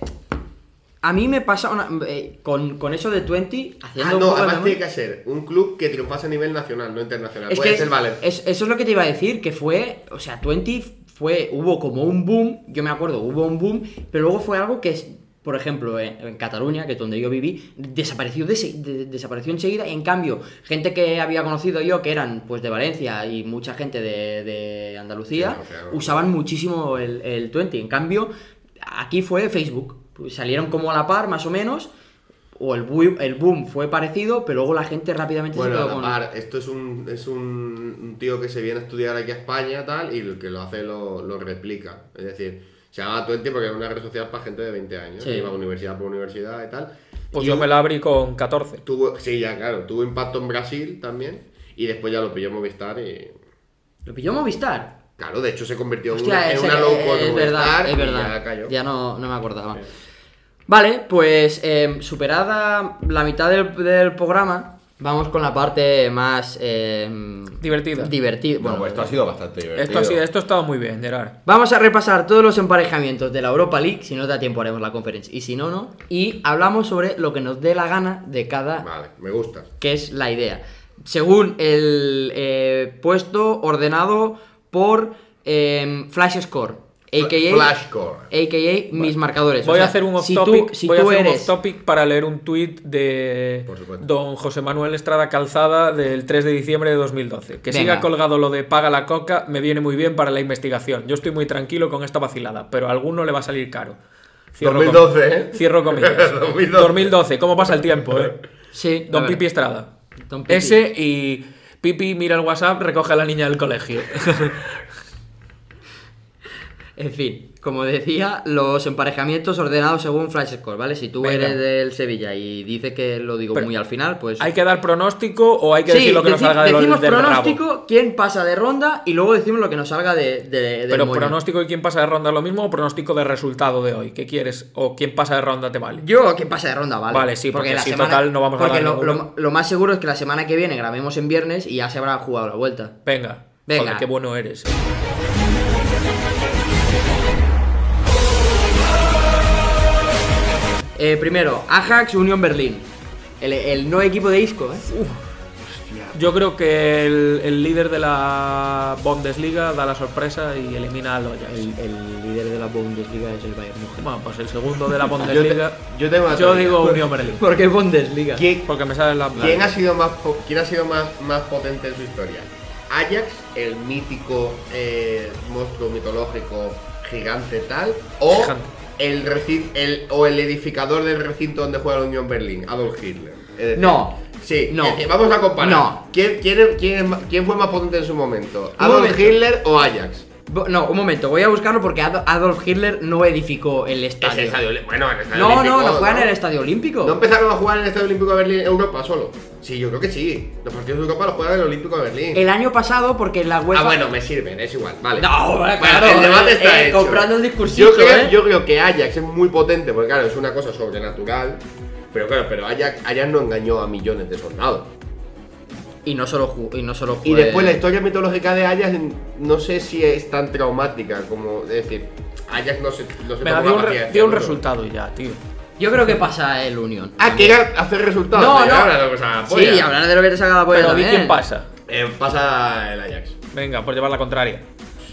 [SPEAKER 2] A mí me pasa una- eh, con, con eso de 20, haciendo
[SPEAKER 3] Ah,
[SPEAKER 2] un
[SPEAKER 3] no,
[SPEAKER 2] poco de
[SPEAKER 3] además
[SPEAKER 2] memoria-
[SPEAKER 3] tiene que ser un club que triunfase a nivel nacional, no internacional.
[SPEAKER 2] es
[SPEAKER 3] Puede
[SPEAKER 2] que
[SPEAKER 3] ser Valencia.
[SPEAKER 2] es- eso es lo que te iba a decir, que fue, o sea, 20 fue, hubo como un boom, yo me acuerdo, hubo un boom, pero luego fue algo que es- por ejemplo, en, en Cataluña, que es donde yo viví, desapareció, dese- de- desapareció enseguida. En cambio, gente que había conocido yo, que eran pues de Valencia y mucha gente de, de Andalucía,
[SPEAKER 3] Claro, claro.
[SPEAKER 2] usaban muchísimo el, el 20. En cambio, aquí fue Facebook. Pues Salieron como a la par, más o menos. O el, bui- el boom fue parecido, pero luego la gente rápidamente se
[SPEAKER 3] Bueno,
[SPEAKER 2] quedó
[SPEAKER 3] a la
[SPEAKER 2] con...
[SPEAKER 3] par, esto es un, es un, un tío que se viene a estudiar aquí a España tal, y lo que lo hace lo, lo replica. Es decir, se llama 20 porque es una red social para gente de 20 años,
[SPEAKER 2] Sí.
[SPEAKER 3] que va universidad por universidad y tal.
[SPEAKER 5] Pues
[SPEAKER 3] Y
[SPEAKER 5] yo
[SPEAKER 3] un-
[SPEAKER 5] me la abrí con 14.
[SPEAKER 3] tuvo, sí, ya claro, tuvo impacto en Brasil también, y después ya lo pilló Movistar y...
[SPEAKER 2] Lo pilló Movistar.
[SPEAKER 3] Claro, de hecho se convirtió en
[SPEAKER 2] Hostia,
[SPEAKER 3] una, en
[SPEAKER 2] ese-
[SPEAKER 3] una low cost
[SPEAKER 2] es
[SPEAKER 3] Movistar
[SPEAKER 2] verdad, es
[SPEAKER 3] y
[SPEAKER 2] verdad.
[SPEAKER 3] ya cayó.
[SPEAKER 2] no, no me acordaba. Vale, pues eh, superada la mitad del, del programa, vamos con la parte más eh,
[SPEAKER 5] Divertida.
[SPEAKER 2] divertida.
[SPEAKER 6] Bueno, pues esto ha sido bastante divertido.
[SPEAKER 5] Esto ha, sido, esto ha estado muy bien, Gerard.
[SPEAKER 2] Vamos a repasar todos los emparejamientos de la Europa League. Si nos da tiempo, haremos la conferencia. Y si no, no. Y hablamos sobre lo que nos dé la gana de cada
[SPEAKER 3] Vale, me gusta.
[SPEAKER 2] que es la idea. Según el eh, puesto ordenado por eh, Flash Score, a.k.a.
[SPEAKER 3] Flashcore.
[SPEAKER 2] AKA mis marcadores.
[SPEAKER 5] Voy
[SPEAKER 2] O sea,
[SPEAKER 5] a hacer un off
[SPEAKER 2] si
[SPEAKER 5] topic,
[SPEAKER 2] tú- si
[SPEAKER 5] voy a
[SPEAKER 2] tú
[SPEAKER 5] hacer un
[SPEAKER 2] eres-
[SPEAKER 5] off topic para leer un tuit de
[SPEAKER 3] Por supuesto.
[SPEAKER 5] don José Manuel Estrada Calzada del 3 de diciembre de 2012. Que
[SPEAKER 2] Venga.
[SPEAKER 5] siga colgado lo de paga la coca me viene muy bien para la investigación. Yo estoy muy tranquilo con esta vacilada, pero a alguno le va a salir caro. Cierro com-
[SPEAKER 3] 2012, ¿eh?
[SPEAKER 5] Cierro comillas.
[SPEAKER 3] 2012.
[SPEAKER 5] 2012, ¿cómo pasa el tiempo, eh?
[SPEAKER 2] Sí,
[SPEAKER 5] Don
[SPEAKER 2] a ver.
[SPEAKER 5] Pipi Estrada.
[SPEAKER 2] Don Pipi.
[SPEAKER 5] Ese y Pipi mira el WhatsApp, recoge a la niña del colegio.
[SPEAKER 2] En fin, como decía, los emparejamientos ordenados según Flash Score, ¿vale? Si tú
[SPEAKER 5] Venga.
[SPEAKER 2] eres del Sevilla y dices que lo digo
[SPEAKER 5] Pero-
[SPEAKER 2] muy al final, pues.
[SPEAKER 5] ¿Hay que dar pronóstico o hay que
[SPEAKER 2] Sí,
[SPEAKER 5] decir lo que
[SPEAKER 2] deci-
[SPEAKER 5] nos salga de
[SPEAKER 2] decimos
[SPEAKER 5] del rabo?
[SPEAKER 2] pronóstico, quién pasa de ronda y luego decimos lo que nos salga de, de, del
[SPEAKER 5] Pero
[SPEAKER 2] moño.
[SPEAKER 5] pronóstico de quién pasa de ronda es lo mismo o pronóstico de resultado de hoy. ¿Qué quieres? ¿O quién pasa de ronda te vale?
[SPEAKER 2] Yo, que pasa de ronda, vale.
[SPEAKER 5] Vale, sí, porque si total no vamos a
[SPEAKER 2] porque
[SPEAKER 5] ganar
[SPEAKER 2] lo, lo-
[SPEAKER 5] ninguno.
[SPEAKER 2] lo más seguro es que la semana que viene grabemos en viernes y ya se habrá jugado la vuelta.
[SPEAKER 5] Venga.
[SPEAKER 2] Venga.
[SPEAKER 5] Joder, qué bueno eres.
[SPEAKER 2] Eh, primero, Ajax Unión Berlín. El, el no equipo de Isco, ¿eh?
[SPEAKER 3] Uh.
[SPEAKER 5] Yo creo que el, el líder de la Bundesliga da la sorpresa y elimina al Ajax.
[SPEAKER 2] líder de la Bundesliga es el Bayern Múnich.
[SPEAKER 5] Bueno, pues el segundo de la
[SPEAKER 3] Yo, te-
[SPEAKER 5] Bundesliga.
[SPEAKER 3] yo tengo una
[SPEAKER 5] Yo
[SPEAKER 3] teoría.
[SPEAKER 5] digo Unión Berlín.
[SPEAKER 2] ¿Por qué Bundesliga?
[SPEAKER 3] ¿Quién,
[SPEAKER 5] Porque me sale la.
[SPEAKER 3] ¿Quién ha sido más po- quién ha sido más, más potente en su historia? ¿Ajax, el mítico eh, monstruo mitológico gigante tal? ¿O
[SPEAKER 5] Gigante.
[SPEAKER 3] el, reci- el- o el edificador del recinto donde juega la Unión Berlín, Adolf Hitler? Es decir,
[SPEAKER 2] No,
[SPEAKER 3] Sí,
[SPEAKER 2] no.
[SPEAKER 3] es decir, vamos a comparar.
[SPEAKER 2] No.
[SPEAKER 3] ¿Quién, quién, es- quién es ma- quién fue más potente en su momento? ¿Adolf
[SPEAKER 2] momento.
[SPEAKER 3] Hitler o Ajax?
[SPEAKER 2] Bo- No, un momento, voy a buscarlo porque Ad- Adolf Hitler no edificó el estadio.
[SPEAKER 3] Ese estadio oli- bueno, el estadio
[SPEAKER 2] no,
[SPEAKER 3] olímpico,
[SPEAKER 2] no, no juegan en el estadio olímpico.
[SPEAKER 3] ¿No empezaron a jugar en el Estadio Olímpico de Berlín Europa solo? Sí, yo creo que sí. Los partidos de Europa los juegan en el Olímpico de Berlín.
[SPEAKER 2] el año pasado, porque la UEFA.
[SPEAKER 3] Ah, bueno, me sirven, es igual, vale.
[SPEAKER 2] No,
[SPEAKER 3] Bueno,
[SPEAKER 2] claro,
[SPEAKER 3] el debate
[SPEAKER 2] eh,
[SPEAKER 3] está
[SPEAKER 2] eh,
[SPEAKER 3] hecho.
[SPEAKER 2] comprando el discursito,
[SPEAKER 3] Yo creo,
[SPEAKER 2] ¿eh?
[SPEAKER 3] yo creo que Ajax es muy potente, porque claro, es una cosa sobrenatural. Pero claro, pero Ajax, Ajax no engañó a millones de soldados.
[SPEAKER 2] Y no solo jugó. Y, no solo
[SPEAKER 3] Y
[SPEAKER 2] jugó el-
[SPEAKER 3] después la historia mitológica de Ajax no sé si es tan traumática como, es decir, Ajax no se, no se
[SPEAKER 5] Venga,
[SPEAKER 3] tomó
[SPEAKER 5] di
[SPEAKER 3] la
[SPEAKER 5] un, re-
[SPEAKER 3] paciencia,
[SPEAKER 5] di un
[SPEAKER 3] ¿no?
[SPEAKER 5] resultado ya, tío.
[SPEAKER 2] Yo creo que pasa el Unión.
[SPEAKER 3] Ah, que era hacer resultados.
[SPEAKER 2] No,
[SPEAKER 3] Venga,
[SPEAKER 2] no.
[SPEAKER 3] ahora, pues, a la
[SPEAKER 2] Sí,
[SPEAKER 3] polla.
[SPEAKER 2] hablar de lo que te salga la polla
[SPEAKER 5] Pero di
[SPEAKER 2] también.
[SPEAKER 5] quién pasa.
[SPEAKER 3] Eh, pasa el Ajax.
[SPEAKER 5] Venga, por llevar la contraria.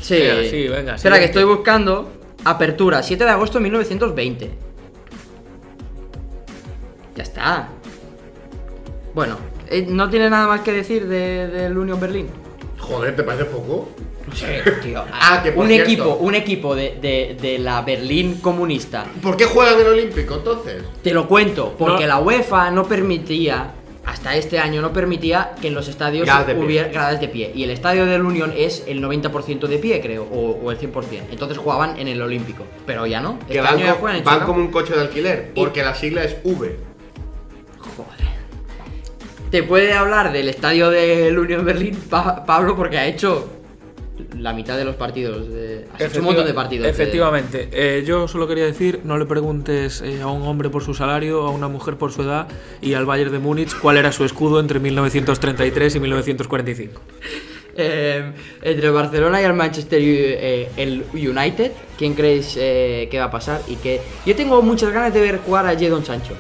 [SPEAKER 2] Sí,
[SPEAKER 5] Venga, sí, venga,
[SPEAKER 2] Espera, que
[SPEAKER 5] siguiente.
[SPEAKER 2] estoy buscando. Apertura, 7 de agosto de 1920. Ya está. Bueno, eh, no tiene nada más que decir de- del Union Berlín.
[SPEAKER 3] Joder, ¿te parece poco?
[SPEAKER 2] No sé, tío.
[SPEAKER 3] Ah, que por
[SPEAKER 2] un
[SPEAKER 3] cierto.
[SPEAKER 2] equipo, un equipo de, de- de la Berlín comunista.
[SPEAKER 3] ¿Por qué juegan en el Olímpico entonces?
[SPEAKER 2] Te lo cuento, porque
[SPEAKER 5] No.
[SPEAKER 2] la UEFA no permitía, hasta este año no permitía que en los estadios
[SPEAKER 3] Gradas de pie.
[SPEAKER 2] hubiera gradas de pie. Y el estadio del Unión es el 90% de pie, creo, o, o el 100%. Entonces jugaban en el Olímpico, pero ya no. Este
[SPEAKER 3] Que
[SPEAKER 2] año
[SPEAKER 3] van,
[SPEAKER 2] ya
[SPEAKER 3] co-
[SPEAKER 2] juegan en
[SPEAKER 3] van
[SPEAKER 2] Chocampo.
[SPEAKER 3] como un coche de alquiler, porque la sigla es V.
[SPEAKER 2] Joder. Te puede hablar del estadio del Unión Berlín, Pa- Pablo, porque ha hecho la mitad de los partidos. de- has hecho un montón de
[SPEAKER 5] Efectiva-
[SPEAKER 2] partidos. de-
[SPEAKER 5] Efectivamente. Eh, yo solo quería decir, no le preguntes eh, a un hombre por su salario, a una mujer por su edad y al Bayern de Múnich cuál era su escudo entre 1933 y 1945.
[SPEAKER 2] Eh, entre el Barcelona y el Manchester U- eh, el United, ¿quién creéis eh, que va a pasar? Y que yo tengo muchas ganas de ver jugar a Jadon Sancho,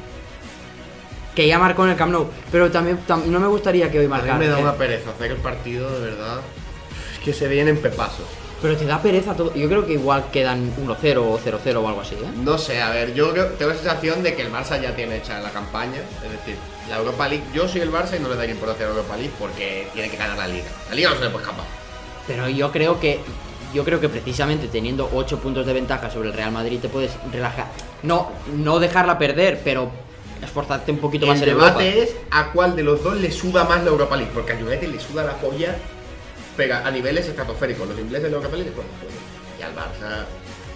[SPEAKER 2] que ya marcó en el Camp Nou, pero también tam- no me gustaría que hoy
[SPEAKER 3] A mí
[SPEAKER 2] marcara.
[SPEAKER 3] me da
[SPEAKER 2] eh.
[SPEAKER 3] una pereza hacer el partido, de verdad. Es que se vienen pepazos.
[SPEAKER 2] Pero te da pereza todo. Yo creo que igual quedan 1-0 o 0-0 o algo así, ¿eh?
[SPEAKER 3] No sé, a ver, yo creo, tengo la sensación de que el Barça ya tiene hecha la campaña. Es decir, la Europa League, yo soy el Barça y no le daría importancia a la Europa League porque tiene que ganar la Liga. La Liga no se le puede escapar.
[SPEAKER 2] Pero yo creo que yo creo que precisamente teniendo 8 puntos de ventaja sobre el Real Madrid te puedes relajar. No, no dejarla perder, pero esforzarte un poquito más
[SPEAKER 3] El
[SPEAKER 2] en Europa.
[SPEAKER 3] debate es a cuál de los dos le suda más la Europa League, porque a United le suda la polla pero a niveles estratosféricos. Los ingleses la Europa League, bueno, pues, y al Barça.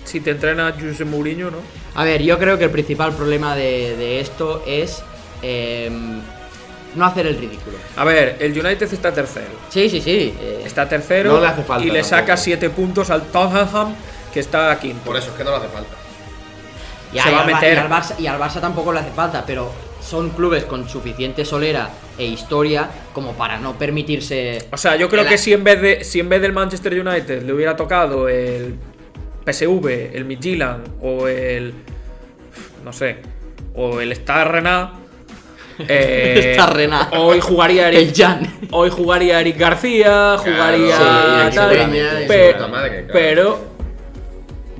[SPEAKER 5] Si te entrena José Mourinho, ¿no?
[SPEAKER 2] A ver, yo creo que el principal problema de, de esto es em, no hacer el ridículo.
[SPEAKER 5] A ver, el United está tercero.
[SPEAKER 2] Sí, sí, sí. eh,
[SPEAKER 5] Está tercero
[SPEAKER 3] No le hace falta
[SPEAKER 5] y le saca
[SPEAKER 3] tampoco.
[SPEAKER 5] 7 puntos al Tottenham, que está quinto.
[SPEAKER 3] Por eso es que no le hace falta.
[SPEAKER 2] Ya,
[SPEAKER 5] se
[SPEAKER 2] y
[SPEAKER 5] va
[SPEAKER 2] al
[SPEAKER 5] a
[SPEAKER 2] Ba-
[SPEAKER 5] meter.
[SPEAKER 2] Y al, Barça, y al Barça tampoco le hace falta, pero son clubes con suficiente solera e historia como para no permitirse.
[SPEAKER 5] O sea, yo creo
[SPEAKER 2] El-
[SPEAKER 5] que si en vez de si en vez del Manchester United le hubiera tocado el PSV, el Midtjylland o el no sé, o el Starrena eh,
[SPEAKER 2] Starrena.
[SPEAKER 5] Hoy jugaría Eric
[SPEAKER 2] El Jan.
[SPEAKER 5] Hoy jugaría Eric García, jugaría
[SPEAKER 3] sí, Eric
[SPEAKER 5] tal,
[SPEAKER 3] Peña y
[SPEAKER 5] pe-
[SPEAKER 3] su puta madre, claro.
[SPEAKER 5] pero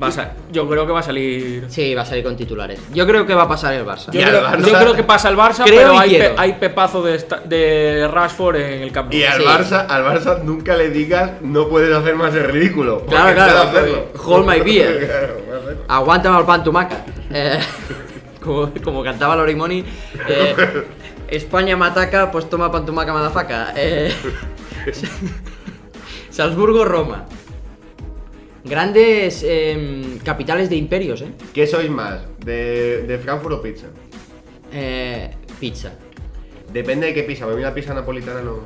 [SPEAKER 5] va a sa- yo creo que va a salir
[SPEAKER 2] Sí, va a salir con titulares. Yo creo que va a pasar el Barça.
[SPEAKER 5] yo,
[SPEAKER 3] Y al
[SPEAKER 5] creo,
[SPEAKER 3] Barça.
[SPEAKER 5] yo creo que pasa el Barça,
[SPEAKER 2] Creo
[SPEAKER 5] pero
[SPEAKER 2] y
[SPEAKER 5] hay, pe-
[SPEAKER 2] quiero.
[SPEAKER 5] hay pepazo de, esta- de Rashford en el campo.
[SPEAKER 3] Y al
[SPEAKER 2] Sí.
[SPEAKER 3] Barça, al Barça nunca le digas no puedes hacer más el ridículo. porque
[SPEAKER 2] Claro, claro,
[SPEAKER 3] puede hacerlo.
[SPEAKER 2] hold my beer.
[SPEAKER 3] Claro, puede hacerlo.
[SPEAKER 2] Aguántame al pan tu maca. Eh, como, como cantaba Lorimoni, eh, España me ataca, pues toma pan tu maca, madafaca. Eh, Salzburgo, Roma. Grandes em, capitales de imperios, ¿eh?
[SPEAKER 3] ¿Qué sois más? ¿De, de Frankfurt o pizza?
[SPEAKER 2] Eh, Pizza.
[SPEAKER 3] Depende de qué pizza. Para mí la pizza napolitana no.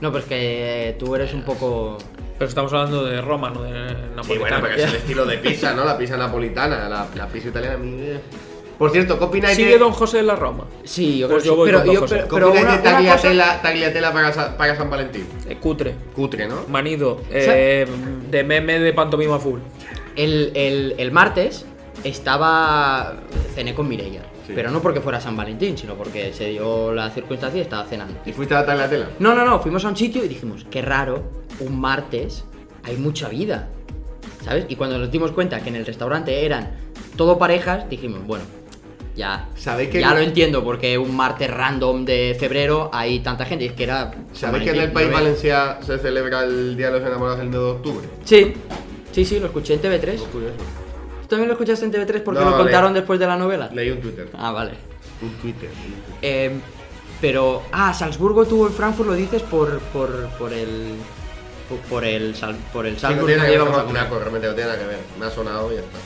[SPEAKER 2] No, pues que tú eres un poco.
[SPEAKER 5] Pero estamos hablando de Roma, no de Napolitano.
[SPEAKER 3] Sí, bueno, porque es el estilo de pizza, ¿no? La pizza napolitana, la, la pizza italiana. a mí, eh. Por cierto, ¿qué opináis
[SPEAKER 5] Sigue
[SPEAKER 3] de,
[SPEAKER 5] Don José en la Roma.
[SPEAKER 2] Sí, yo
[SPEAKER 5] Pues
[SPEAKER 2] creo
[SPEAKER 5] yo voy
[SPEAKER 2] que sí,
[SPEAKER 5] con
[SPEAKER 2] pero,
[SPEAKER 5] dos
[SPEAKER 2] yo-
[SPEAKER 5] cosas.
[SPEAKER 2] pero- pero
[SPEAKER 3] pero
[SPEAKER 2] una- una cosa-
[SPEAKER 3] tagliatela, tagliatela para, Sa- para San Valentín?
[SPEAKER 5] Eh, cutre,
[SPEAKER 3] Cutre, ¿no?
[SPEAKER 5] manido, eh, de meme de pantomima full.
[SPEAKER 2] El, el- el martes estaba. cené con Mireia.
[SPEAKER 3] Sí.
[SPEAKER 2] Pero no porque fuera San Valentín, sino porque se dio la circunstancia y estaba cenando.
[SPEAKER 3] ¿Y fuiste a la tagliatela?
[SPEAKER 2] No, no, no, fuimos a un sitio y dijimos, qué raro, un martes hay mucha vida. ¿Sabes? Y cuando nos dimos cuenta que en el restaurante eran todo parejas, dijimos, bueno, ya.
[SPEAKER 3] ¿Sabéis que-
[SPEAKER 2] Ya lo entiendo, porque un martes random de febrero hay tanta gente. Y es que era. San
[SPEAKER 3] ¿Sabéis que en
[SPEAKER 2] Valentín,
[SPEAKER 3] el País
[SPEAKER 2] ¿no ves?
[SPEAKER 3] Valencia se celebra el Día de los Enamorados el 9 de octubre?
[SPEAKER 2] Sí, sí, sí, lo escuché en TV3.
[SPEAKER 3] Es curioso.
[SPEAKER 2] ¿Tú también lo escuchaste en TV3 porque
[SPEAKER 3] No,
[SPEAKER 2] lo
[SPEAKER 3] le-
[SPEAKER 2] contaron después de la novela?
[SPEAKER 3] Leí un Twitter.
[SPEAKER 2] Ah, vale.
[SPEAKER 3] Un Twitter. un Twitter.
[SPEAKER 2] Eh, pero. Ah, Salzburgo tuvo el Frankfurt, lo dices por. por. por el. por- por el. Sal- por el
[SPEAKER 3] Sí, no
[SPEAKER 2] Salzburgo
[SPEAKER 3] tiene nada
[SPEAKER 2] no
[SPEAKER 3] que ver
[SPEAKER 2] llevamos
[SPEAKER 3] con
[SPEAKER 2] a-
[SPEAKER 3] Monaco, realmente no tiene nada que ver. Me ha sonado y ya está.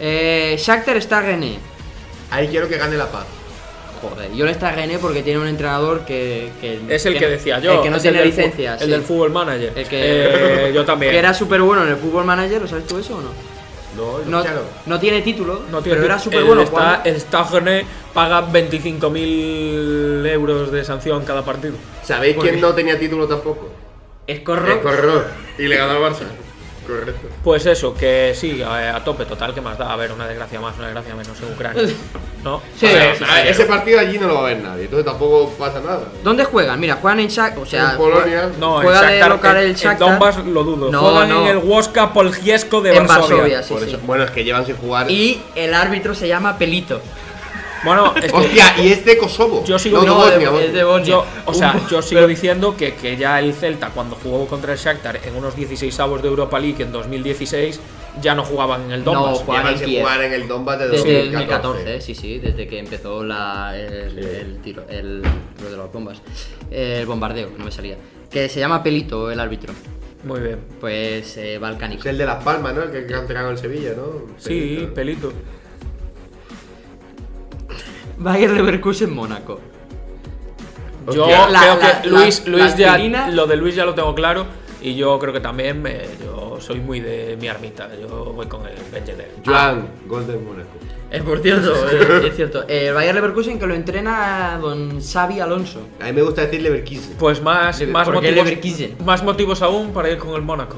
[SPEAKER 2] Eh, Shakhtar está René.
[SPEAKER 3] Ahí quiero que gane la paz.
[SPEAKER 2] Joder, yo le está René porque tiene un entrenador que. que-
[SPEAKER 5] Es el que, decía yo.
[SPEAKER 2] El que no
[SPEAKER 5] es
[SPEAKER 2] tiene
[SPEAKER 5] del fu-
[SPEAKER 2] licencia.
[SPEAKER 5] El
[SPEAKER 2] sí.
[SPEAKER 5] del fútbol manager.
[SPEAKER 2] El que-
[SPEAKER 5] Eh, yo también.
[SPEAKER 2] Que era súper bueno en el fútbol manager, ¿lo sabes tú eso o no?
[SPEAKER 3] No,
[SPEAKER 2] No,
[SPEAKER 3] claro.
[SPEAKER 2] no tiene título,
[SPEAKER 5] No tiene-
[SPEAKER 2] pero era súper
[SPEAKER 5] el
[SPEAKER 2] bueno.
[SPEAKER 5] Sta- el Stagone paga 25.000 euros de sanción cada partido.
[SPEAKER 3] ¿Sabéis quién no tenía título tampoco?
[SPEAKER 2] Es
[SPEAKER 3] El
[SPEAKER 2] corro.
[SPEAKER 3] Corredor. Y le ganó al Barça. Correcto.
[SPEAKER 5] Pues eso, que sí, a, a tope total, que más da? A ver, una desgracia más, una desgracia menos en Ucrania. ¿No?
[SPEAKER 2] Sí,
[SPEAKER 3] A ver,
[SPEAKER 2] sí,
[SPEAKER 3] a ver,
[SPEAKER 2] sí.
[SPEAKER 3] ese partido allí no lo va a ver nadie, entonces tampoco pasa nada.
[SPEAKER 2] ¿Dónde juegan? Mira, juegan en Shakhtar, o sea,
[SPEAKER 3] en Polonia.
[SPEAKER 5] No,
[SPEAKER 2] Juega de
[SPEAKER 5] en Shakhtar,
[SPEAKER 2] local
[SPEAKER 5] en-
[SPEAKER 2] el
[SPEAKER 5] en
[SPEAKER 2] Shakhtar.
[SPEAKER 5] Donbass lo dudo.
[SPEAKER 2] No,
[SPEAKER 5] Juegan
[SPEAKER 2] no.
[SPEAKER 5] en el Woska Polgiesco de
[SPEAKER 2] En
[SPEAKER 5] Varsovia.
[SPEAKER 2] Varsovia, sí,
[SPEAKER 3] Por
[SPEAKER 2] sí.
[SPEAKER 3] eso- Bueno, es que llevan sin jugar.
[SPEAKER 2] Y el árbitro se llama Pelito.
[SPEAKER 5] Bueno, Este es que-
[SPEAKER 3] Hostia, y es de Kosovo.
[SPEAKER 5] Yo sigo-
[SPEAKER 3] no,
[SPEAKER 5] no,
[SPEAKER 3] de
[SPEAKER 2] de-
[SPEAKER 3] Bosnia, Bosnia.
[SPEAKER 2] es de Bosnia.
[SPEAKER 5] Yo, o sea,
[SPEAKER 2] Un-
[SPEAKER 5] yo sigo diciendo que, que ya el Celta, cuando jugó contra el Shakhtar en unos 16 avos de Europa League en 2016, ya no jugaban en el Donbass.
[SPEAKER 2] No,
[SPEAKER 3] Llevan
[SPEAKER 2] Juan
[SPEAKER 3] sin
[SPEAKER 2] Kiev.
[SPEAKER 3] jugar en el Donbass de
[SPEAKER 2] Desde
[SPEAKER 3] 2014.
[SPEAKER 2] el 2014, sí, sí, desde que empezó la, el, el tiro, el, lo de las bombas, el bombardeo, que no me salía. Que se llama Pelito el árbitro,
[SPEAKER 5] Muy bien.
[SPEAKER 2] pues eh, balcánico.
[SPEAKER 3] Es el de Las Palmas, ¿no? El que han entregado el Sevilla, ¿no?
[SPEAKER 5] Sí, pelito.
[SPEAKER 2] Bayer Leverkusen Mónaco.
[SPEAKER 5] Yo
[SPEAKER 3] Hostia.
[SPEAKER 2] La-
[SPEAKER 5] creo
[SPEAKER 2] la-
[SPEAKER 5] que
[SPEAKER 2] la-
[SPEAKER 5] Luis, Luis
[SPEAKER 2] la
[SPEAKER 5] ya,
[SPEAKER 2] aspirina-
[SPEAKER 5] lo de Luis ya lo tengo claro. Y yo creo que también me- yo soy muy de mi armita. Yo voy con el Ben Yedder.
[SPEAKER 3] Joan, gol del Mónaco.
[SPEAKER 2] Es por cierto, eh, es cierto. El Bayer Leverkusen que lo entrena don Xavi Alonso.
[SPEAKER 3] A mí me gusta decir Leverkusen.
[SPEAKER 5] Pues más, más,
[SPEAKER 2] ¿Por qué
[SPEAKER 5] motivos,
[SPEAKER 2] Leverkusen?
[SPEAKER 5] más motivos aún para ir con el Mónaco.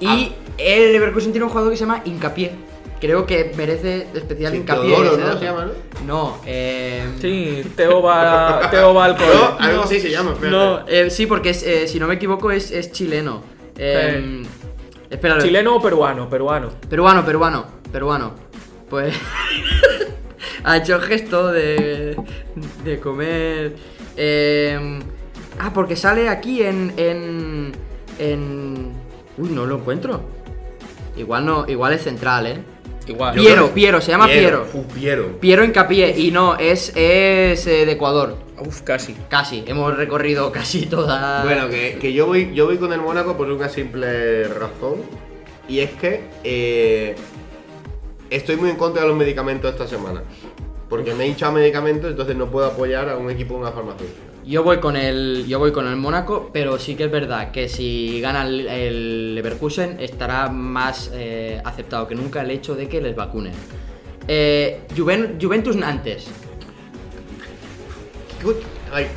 [SPEAKER 2] Y
[SPEAKER 3] Ah.
[SPEAKER 2] el Leverkusen tiene un jugador que se llama Hincapié. Creo que merece especial
[SPEAKER 3] Sí,
[SPEAKER 2] hincapié.
[SPEAKER 3] Teodoro,
[SPEAKER 2] ese
[SPEAKER 3] ¿no?
[SPEAKER 2] dato.
[SPEAKER 3] se llama, ¿no?
[SPEAKER 2] No, eh...
[SPEAKER 5] Sí, Teo va, Teo va al cole.
[SPEAKER 3] No, algo así se llama, espérate.
[SPEAKER 2] No, eh, sí, porque es, eh, si no me equivoco es, es chileno. Eh, Espéralo.
[SPEAKER 5] ¿Chileno o peruano? Peruano.
[SPEAKER 2] Peruano, peruano, peruano. Pues. ha hecho el gesto de. de comer. Eh, ah, porque sale aquí en. en. en. Uy, no lo encuentro. Igual no. Igual es central, eh.
[SPEAKER 5] Igual.
[SPEAKER 3] Yo
[SPEAKER 2] Piero,
[SPEAKER 3] creo que-
[SPEAKER 2] Piero, se llama Piero.
[SPEAKER 3] Uf, Piero.
[SPEAKER 2] Piero Incapié, y no, es, es eh, de Ecuador.
[SPEAKER 5] Uf, casi.
[SPEAKER 2] Casi, hemos recorrido casi toda.
[SPEAKER 3] Bueno, que, que yo voy yo voy con el Mónaco por una simple razón. Y es que eh, estoy muy en contra de los medicamentos esta semana. Porque me he hinchado medicamentos, entonces no puedo apoyar a un equipo de una farmacéutica.
[SPEAKER 2] Yo voy con el. Yo voy con el Mónaco, pero sí que es verdad que si gana el, el Leverkusen estará más eh, aceptado que nunca el hecho de que les vacunen. Eh, Juven- Juventus Nantes.
[SPEAKER 3] Ay,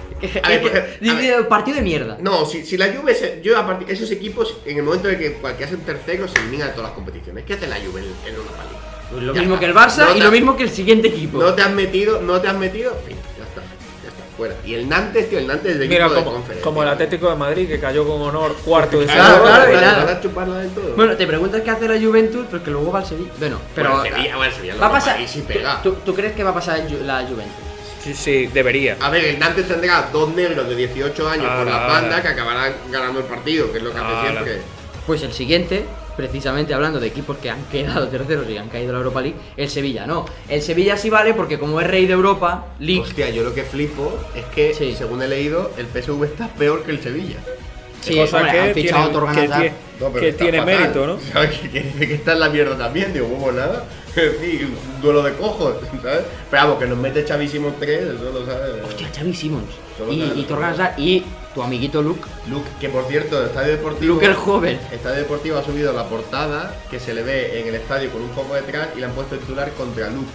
[SPEAKER 3] a ver, por ejemplo, a ver.
[SPEAKER 2] Partido de mierda.
[SPEAKER 3] No, si, si la Juve, se- yo a partir esos equipos, en el momento de que cualquiera hacen tercero, se elimina de todas las competiciones. ¿Qué hace la Juve en, en Europa League?
[SPEAKER 2] lo
[SPEAKER 3] Ya
[SPEAKER 2] mismo
[SPEAKER 3] está.
[SPEAKER 2] que el Barça
[SPEAKER 3] No
[SPEAKER 2] y
[SPEAKER 3] te-
[SPEAKER 2] lo mismo que el siguiente equipo.
[SPEAKER 3] No te has metido, no te has metido, en fin, ya está, ya está, fuera. Y el Nantes, tío, el Nantes
[SPEAKER 2] Este
[SPEAKER 3] es de equipo
[SPEAKER 5] Mira,
[SPEAKER 3] de
[SPEAKER 5] como,
[SPEAKER 3] Conference.
[SPEAKER 5] como el Atlético de Madrid, que cayó con honor cuarto de
[SPEAKER 3] Claro,
[SPEAKER 2] ah, Claro,
[SPEAKER 5] segundo.
[SPEAKER 2] claro,
[SPEAKER 3] claro,
[SPEAKER 2] y nada.
[SPEAKER 3] ¿Vas a chuparla del todo?
[SPEAKER 2] Bueno, te preguntas qué hace la Juventus, pero que luego va al Sevilla. Bueno, pero.
[SPEAKER 3] el Pues Sevilla, bueno, el Sevilla lo
[SPEAKER 2] va a
[SPEAKER 3] va a
[SPEAKER 2] pasar.
[SPEAKER 3] París y pega.
[SPEAKER 2] ¿tú, tú crees que va a pasar el Ju- la Juventus?
[SPEAKER 5] Sí, sí, debería.
[SPEAKER 3] A ver, el Nantes tendrá dos negros de 18
[SPEAKER 2] Ah,
[SPEAKER 3] años por
[SPEAKER 5] Ala,
[SPEAKER 3] la banda
[SPEAKER 5] ala.
[SPEAKER 3] que acabarán ganando el partido, que es lo que hace
[SPEAKER 5] Ala.
[SPEAKER 3] siempre.
[SPEAKER 2] Pues el siguiente, precisamente hablando de equipos que han quedado terceros y han caído a la Europa League, el Sevilla no. El Sevilla sí vale porque como es rey de Europa, League.
[SPEAKER 3] Hostia, yo lo que flipo es que,
[SPEAKER 2] Sí.
[SPEAKER 3] según he leído, el PSV está peor que el Sevilla.
[SPEAKER 2] sí,
[SPEAKER 5] Cosa
[SPEAKER 2] hombre,
[SPEAKER 5] que
[SPEAKER 2] han fichado
[SPEAKER 5] tiene-
[SPEAKER 2] a Torgan
[SPEAKER 5] que
[SPEAKER 2] Hazard.
[SPEAKER 5] tiene- que
[SPEAKER 3] está
[SPEAKER 5] tiene
[SPEAKER 3] fatal.
[SPEAKER 5] mérito, ¿no?
[SPEAKER 3] ¿Sabes? Que, que dice que está en la mierda también, digo, huevo, nada. En fin, un duelo de cojos, ¿sabes? Pero vamos, que nos mete chavísimo 3, eso lo sabes.
[SPEAKER 2] Hostia, Xavi Simons.
[SPEAKER 3] Solo
[SPEAKER 2] Y,
[SPEAKER 3] nada.
[SPEAKER 2] y Torgan Hazard y tu amiguito Luke.
[SPEAKER 3] Luke, que por cierto, el Estadio Deportivo.
[SPEAKER 2] Luke el joven.
[SPEAKER 3] Estadio Deportivo ha subido la portada que se le ve en el estadio con un poco detrás y le han puesto el titular contra Luke.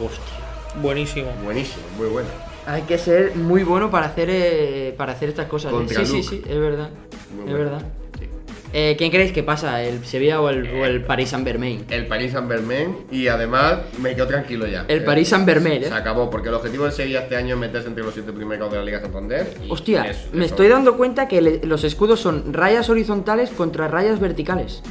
[SPEAKER 2] Hostia.
[SPEAKER 5] Buenísimo.
[SPEAKER 3] Buenísimo, muy bueno.
[SPEAKER 2] Hay que ser muy bueno para hacer, eh, para hacer estas cosas. ¿eh?
[SPEAKER 3] Contra
[SPEAKER 2] sí,
[SPEAKER 3] Luke.
[SPEAKER 2] sí, sí, es verdad.
[SPEAKER 3] muy
[SPEAKER 2] es
[SPEAKER 3] bueno.
[SPEAKER 2] verdad.
[SPEAKER 3] Sí.
[SPEAKER 2] Eh, ¿Quién creéis que pasa? ¿El Sevilla o el,
[SPEAKER 3] Eh,
[SPEAKER 2] o el Paris Saint-Germain?
[SPEAKER 3] El Paris Saint Germain y además me quedo tranquilo ya.
[SPEAKER 2] El Paris Saint-Germain, ¿eh?
[SPEAKER 3] Se acabó, porque el objetivo del Sevilla este año es meterse entre los siete primeros de la Liga Santander. y
[SPEAKER 2] Hostia,
[SPEAKER 3] eso,
[SPEAKER 2] me
[SPEAKER 3] eso.
[SPEAKER 2] estoy dando cuenta que le- los escudos son rayas horizontales contra rayas verticales.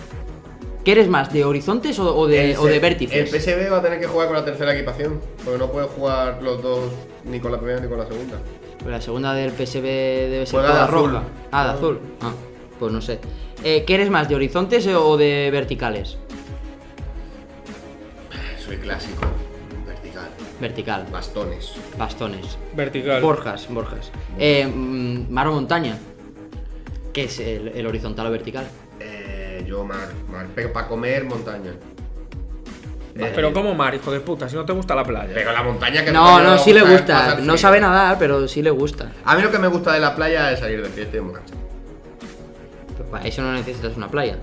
[SPEAKER 2] ¿Qué eres más, de horizontes o, o de,
[SPEAKER 3] El
[SPEAKER 2] o de
[SPEAKER 3] se-
[SPEAKER 2] vértices?
[SPEAKER 3] El PSV va a tener que jugar con la tercera equipación, porque no puede jugar los dos ni con la primera ni con la segunda.
[SPEAKER 2] Pues La segunda del PSB debe ser
[SPEAKER 3] Juega
[SPEAKER 2] toda
[SPEAKER 3] de azul.
[SPEAKER 2] roja. Ah, de azul. Ah, pues no sé. Eh, ¿Qué eres más, de horizontes o de verticales?
[SPEAKER 3] Soy clásico, vertical,
[SPEAKER 2] Vertical,
[SPEAKER 3] bastones.
[SPEAKER 2] bastones.
[SPEAKER 5] Vertical.
[SPEAKER 2] Borjas, Borjas. Eh, mm, mar o montaña. ¿Qué es el, el horizontal o vertical?
[SPEAKER 3] Eh, yo mar, mar. Pero para comer, montaña.
[SPEAKER 5] Pero como mar, hijo de puta, si no te gusta la playa.
[SPEAKER 2] Eh.
[SPEAKER 3] Pero la montaña que
[SPEAKER 2] No,
[SPEAKER 3] coño
[SPEAKER 2] no, sí le
[SPEAKER 3] pasar-
[SPEAKER 2] gusta.
[SPEAKER 3] pasar
[SPEAKER 2] No
[SPEAKER 3] frío.
[SPEAKER 2] sabe nadar, pero sí le gusta.
[SPEAKER 3] A mí lo que me gusta de la playa es salir de fiesta y emborracharme.
[SPEAKER 2] Pero Pues para eso no necesitas una playa.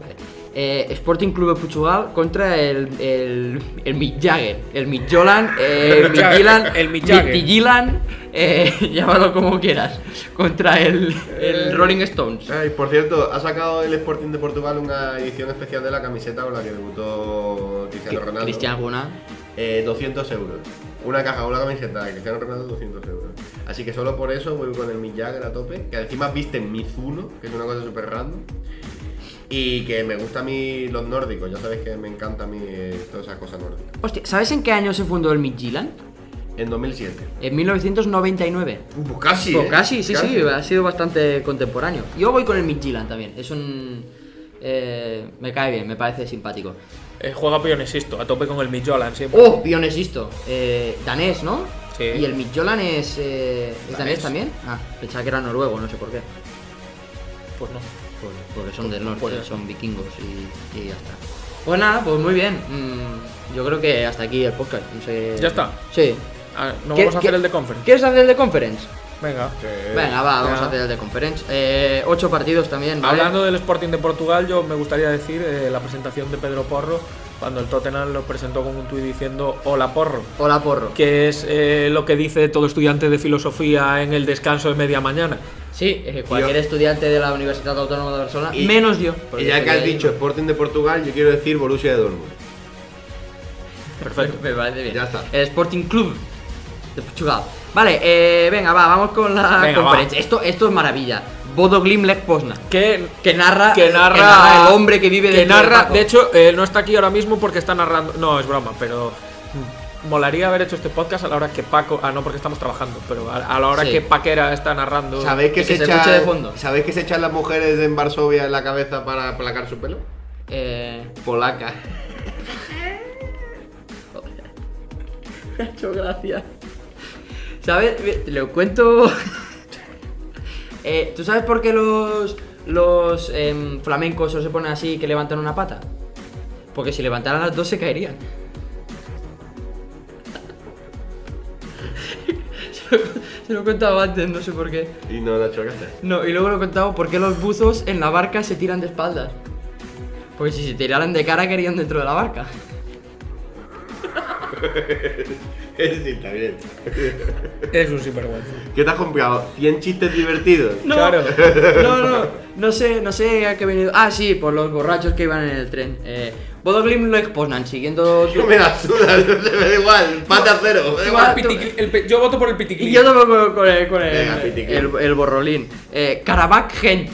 [SPEAKER 2] Vale. Eh, Sporting Club de Portugal contra el, el, el Mick Jagger, el Mick Jolan, eh,
[SPEAKER 5] El Mick Jagger, el Mick Jagger.
[SPEAKER 2] Gillan, eh, llámalo como quieras, contra el, el
[SPEAKER 5] Eh,
[SPEAKER 2] Rolling Stones.
[SPEAKER 3] Ay, por cierto, ha sacado el Sporting de Portugal una edición especial de la camiseta con la que debutó Cristiano Ronaldo.
[SPEAKER 2] Cristian Guna.
[SPEAKER 3] Eh, 200 euros. Una caja, una camiseta de Cristiano Ronaldo, 200 euros. Así que solo por eso voy con el Mick Jagger a tope, que encima viste en Mizuno, que es una cosa súper random. Y que me gusta a mí los nórdicos, ya sabéis que me encanta a mí eh, todas esas cosas nórdicas.
[SPEAKER 2] Hostia, ¿sabes en qué año se fundó el Mick Gillan?
[SPEAKER 3] En 2007.
[SPEAKER 2] En 1999.
[SPEAKER 3] Uh, pues casi.
[SPEAKER 2] Pues
[SPEAKER 3] ¿eh?
[SPEAKER 2] casi, sí,
[SPEAKER 3] Casi.
[SPEAKER 2] sí, ha sido bastante contemporáneo. Yo voy con el Mick Gillan también, es un... eh, me cae bien, me parece simpático.
[SPEAKER 5] Eh, juega pionesisto, a tope con el Midjolan siempre.
[SPEAKER 2] Oh, pionesisto. Eh, danés, ¿no?
[SPEAKER 5] Sí.
[SPEAKER 2] Y el Midtjylland es, eh, ¿es danés. también. Ah, pensaba que era noruego, no sé por qué.
[SPEAKER 5] Pues no.
[SPEAKER 2] Por- Porque son del norte,
[SPEAKER 5] Bueno.
[SPEAKER 2] son vikingos y, y ya está. Pues nada, pues muy bien. Mm, yo creo que hasta aquí el podcast. No sé.
[SPEAKER 5] Ya está.
[SPEAKER 2] Sí.
[SPEAKER 5] Ah, no
[SPEAKER 2] ¿Qué-
[SPEAKER 5] vamos a hacer
[SPEAKER 2] qué-
[SPEAKER 5] el de conference.
[SPEAKER 2] ¿Quieres hacer el de conference?
[SPEAKER 5] Venga.
[SPEAKER 2] Venga, va, vamos
[SPEAKER 5] ya.
[SPEAKER 2] a hacer el de conference. Eh, ocho partidos también, ¿vale?
[SPEAKER 5] Hablando del Sporting de Portugal, yo me gustaría decir eh, la presentación de Pedro Porro cuando el Tottenham lo presentó con un tuit diciendo Hola Porro,
[SPEAKER 2] Hola, porro.
[SPEAKER 5] que es eh, lo que dice todo estudiante de filosofía en el descanso de media mañana.
[SPEAKER 2] Sí, eh, cualquier
[SPEAKER 3] Yo-
[SPEAKER 2] estudiante de la Universidad Autónoma de Barcelona,
[SPEAKER 3] Y-
[SPEAKER 2] menos yo. porque
[SPEAKER 3] Y Pues ya que
[SPEAKER 2] estoy
[SPEAKER 3] has
[SPEAKER 2] ahí.
[SPEAKER 3] dicho Sporting de Portugal, yo quiero decir Borussia de Dortmund.
[SPEAKER 2] Perfecto. Me parece bien.
[SPEAKER 3] Ya está.
[SPEAKER 2] El Sporting Club de Portugal. Vale, eh, venga, va, vamos con la
[SPEAKER 5] Venga,
[SPEAKER 2] conferencia. Esto, esto es maravilla. Bodo Glimlech Poznan.
[SPEAKER 5] Que,
[SPEAKER 2] Que narra,
[SPEAKER 5] que narra,
[SPEAKER 2] el hombre que vive
[SPEAKER 5] que
[SPEAKER 2] dentro del
[SPEAKER 5] narra-
[SPEAKER 2] Paco.
[SPEAKER 5] de hecho, eh, no está aquí ahora mismo porque está narrando. No, es broma, pero. mm, Molaría haber hecho este podcast a la hora que Paco. Ah, no, porque estamos trabajando, pero a, a la hora
[SPEAKER 2] Sí.
[SPEAKER 5] que Paquera está narrando.
[SPEAKER 3] ¿Sabéis que,
[SPEAKER 2] Y que
[SPEAKER 3] se,
[SPEAKER 2] se
[SPEAKER 3] echan,
[SPEAKER 2] escuche de fondo.
[SPEAKER 3] ¿Sabéis que se echan las mujeres en Varsovia en la cabeza para aplacar su pelo?
[SPEAKER 2] Eh,
[SPEAKER 3] Polaca.
[SPEAKER 2] me ha hecho gracia. ¿Sabes? Ve- Te lo cuento. Eh, ¿Tú sabes por qué los, los em, flamencos solo se ponen así que levantan una pata? Porque si levantaran las dos se caerían. se, lo, se lo he contado antes, no sé por qué.
[SPEAKER 3] Y no la chocaste.
[SPEAKER 2] No, y luego lo he contado por qué los buzos en la barca se tiran de espaldas. Porque si se tiraran de cara caerían dentro de la barca.
[SPEAKER 3] sí, está bien.
[SPEAKER 5] Es un sinvergüenza.
[SPEAKER 3] ¿Qué te has comprado? ¿100 chistes divertidos?
[SPEAKER 2] No,
[SPEAKER 5] Claro.
[SPEAKER 2] no, no, no sé, no sé a qué he venido. Ah, sí, por los borrachos que iban en el tren. Eh, Bodo Glimlech Poznan, siguiendo. tu-
[SPEAKER 3] No me la sudas, no se me da igual. Pata cero. me da
[SPEAKER 2] tú vas-
[SPEAKER 3] igual.
[SPEAKER 5] El pitiqui- el pe- yo voto por el pitiquilín.
[SPEAKER 2] Y yo tomo con, con el, con el,
[SPEAKER 3] Venga, pitiquín.
[SPEAKER 2] el- el borrolín. Eh, Karabakh Gent.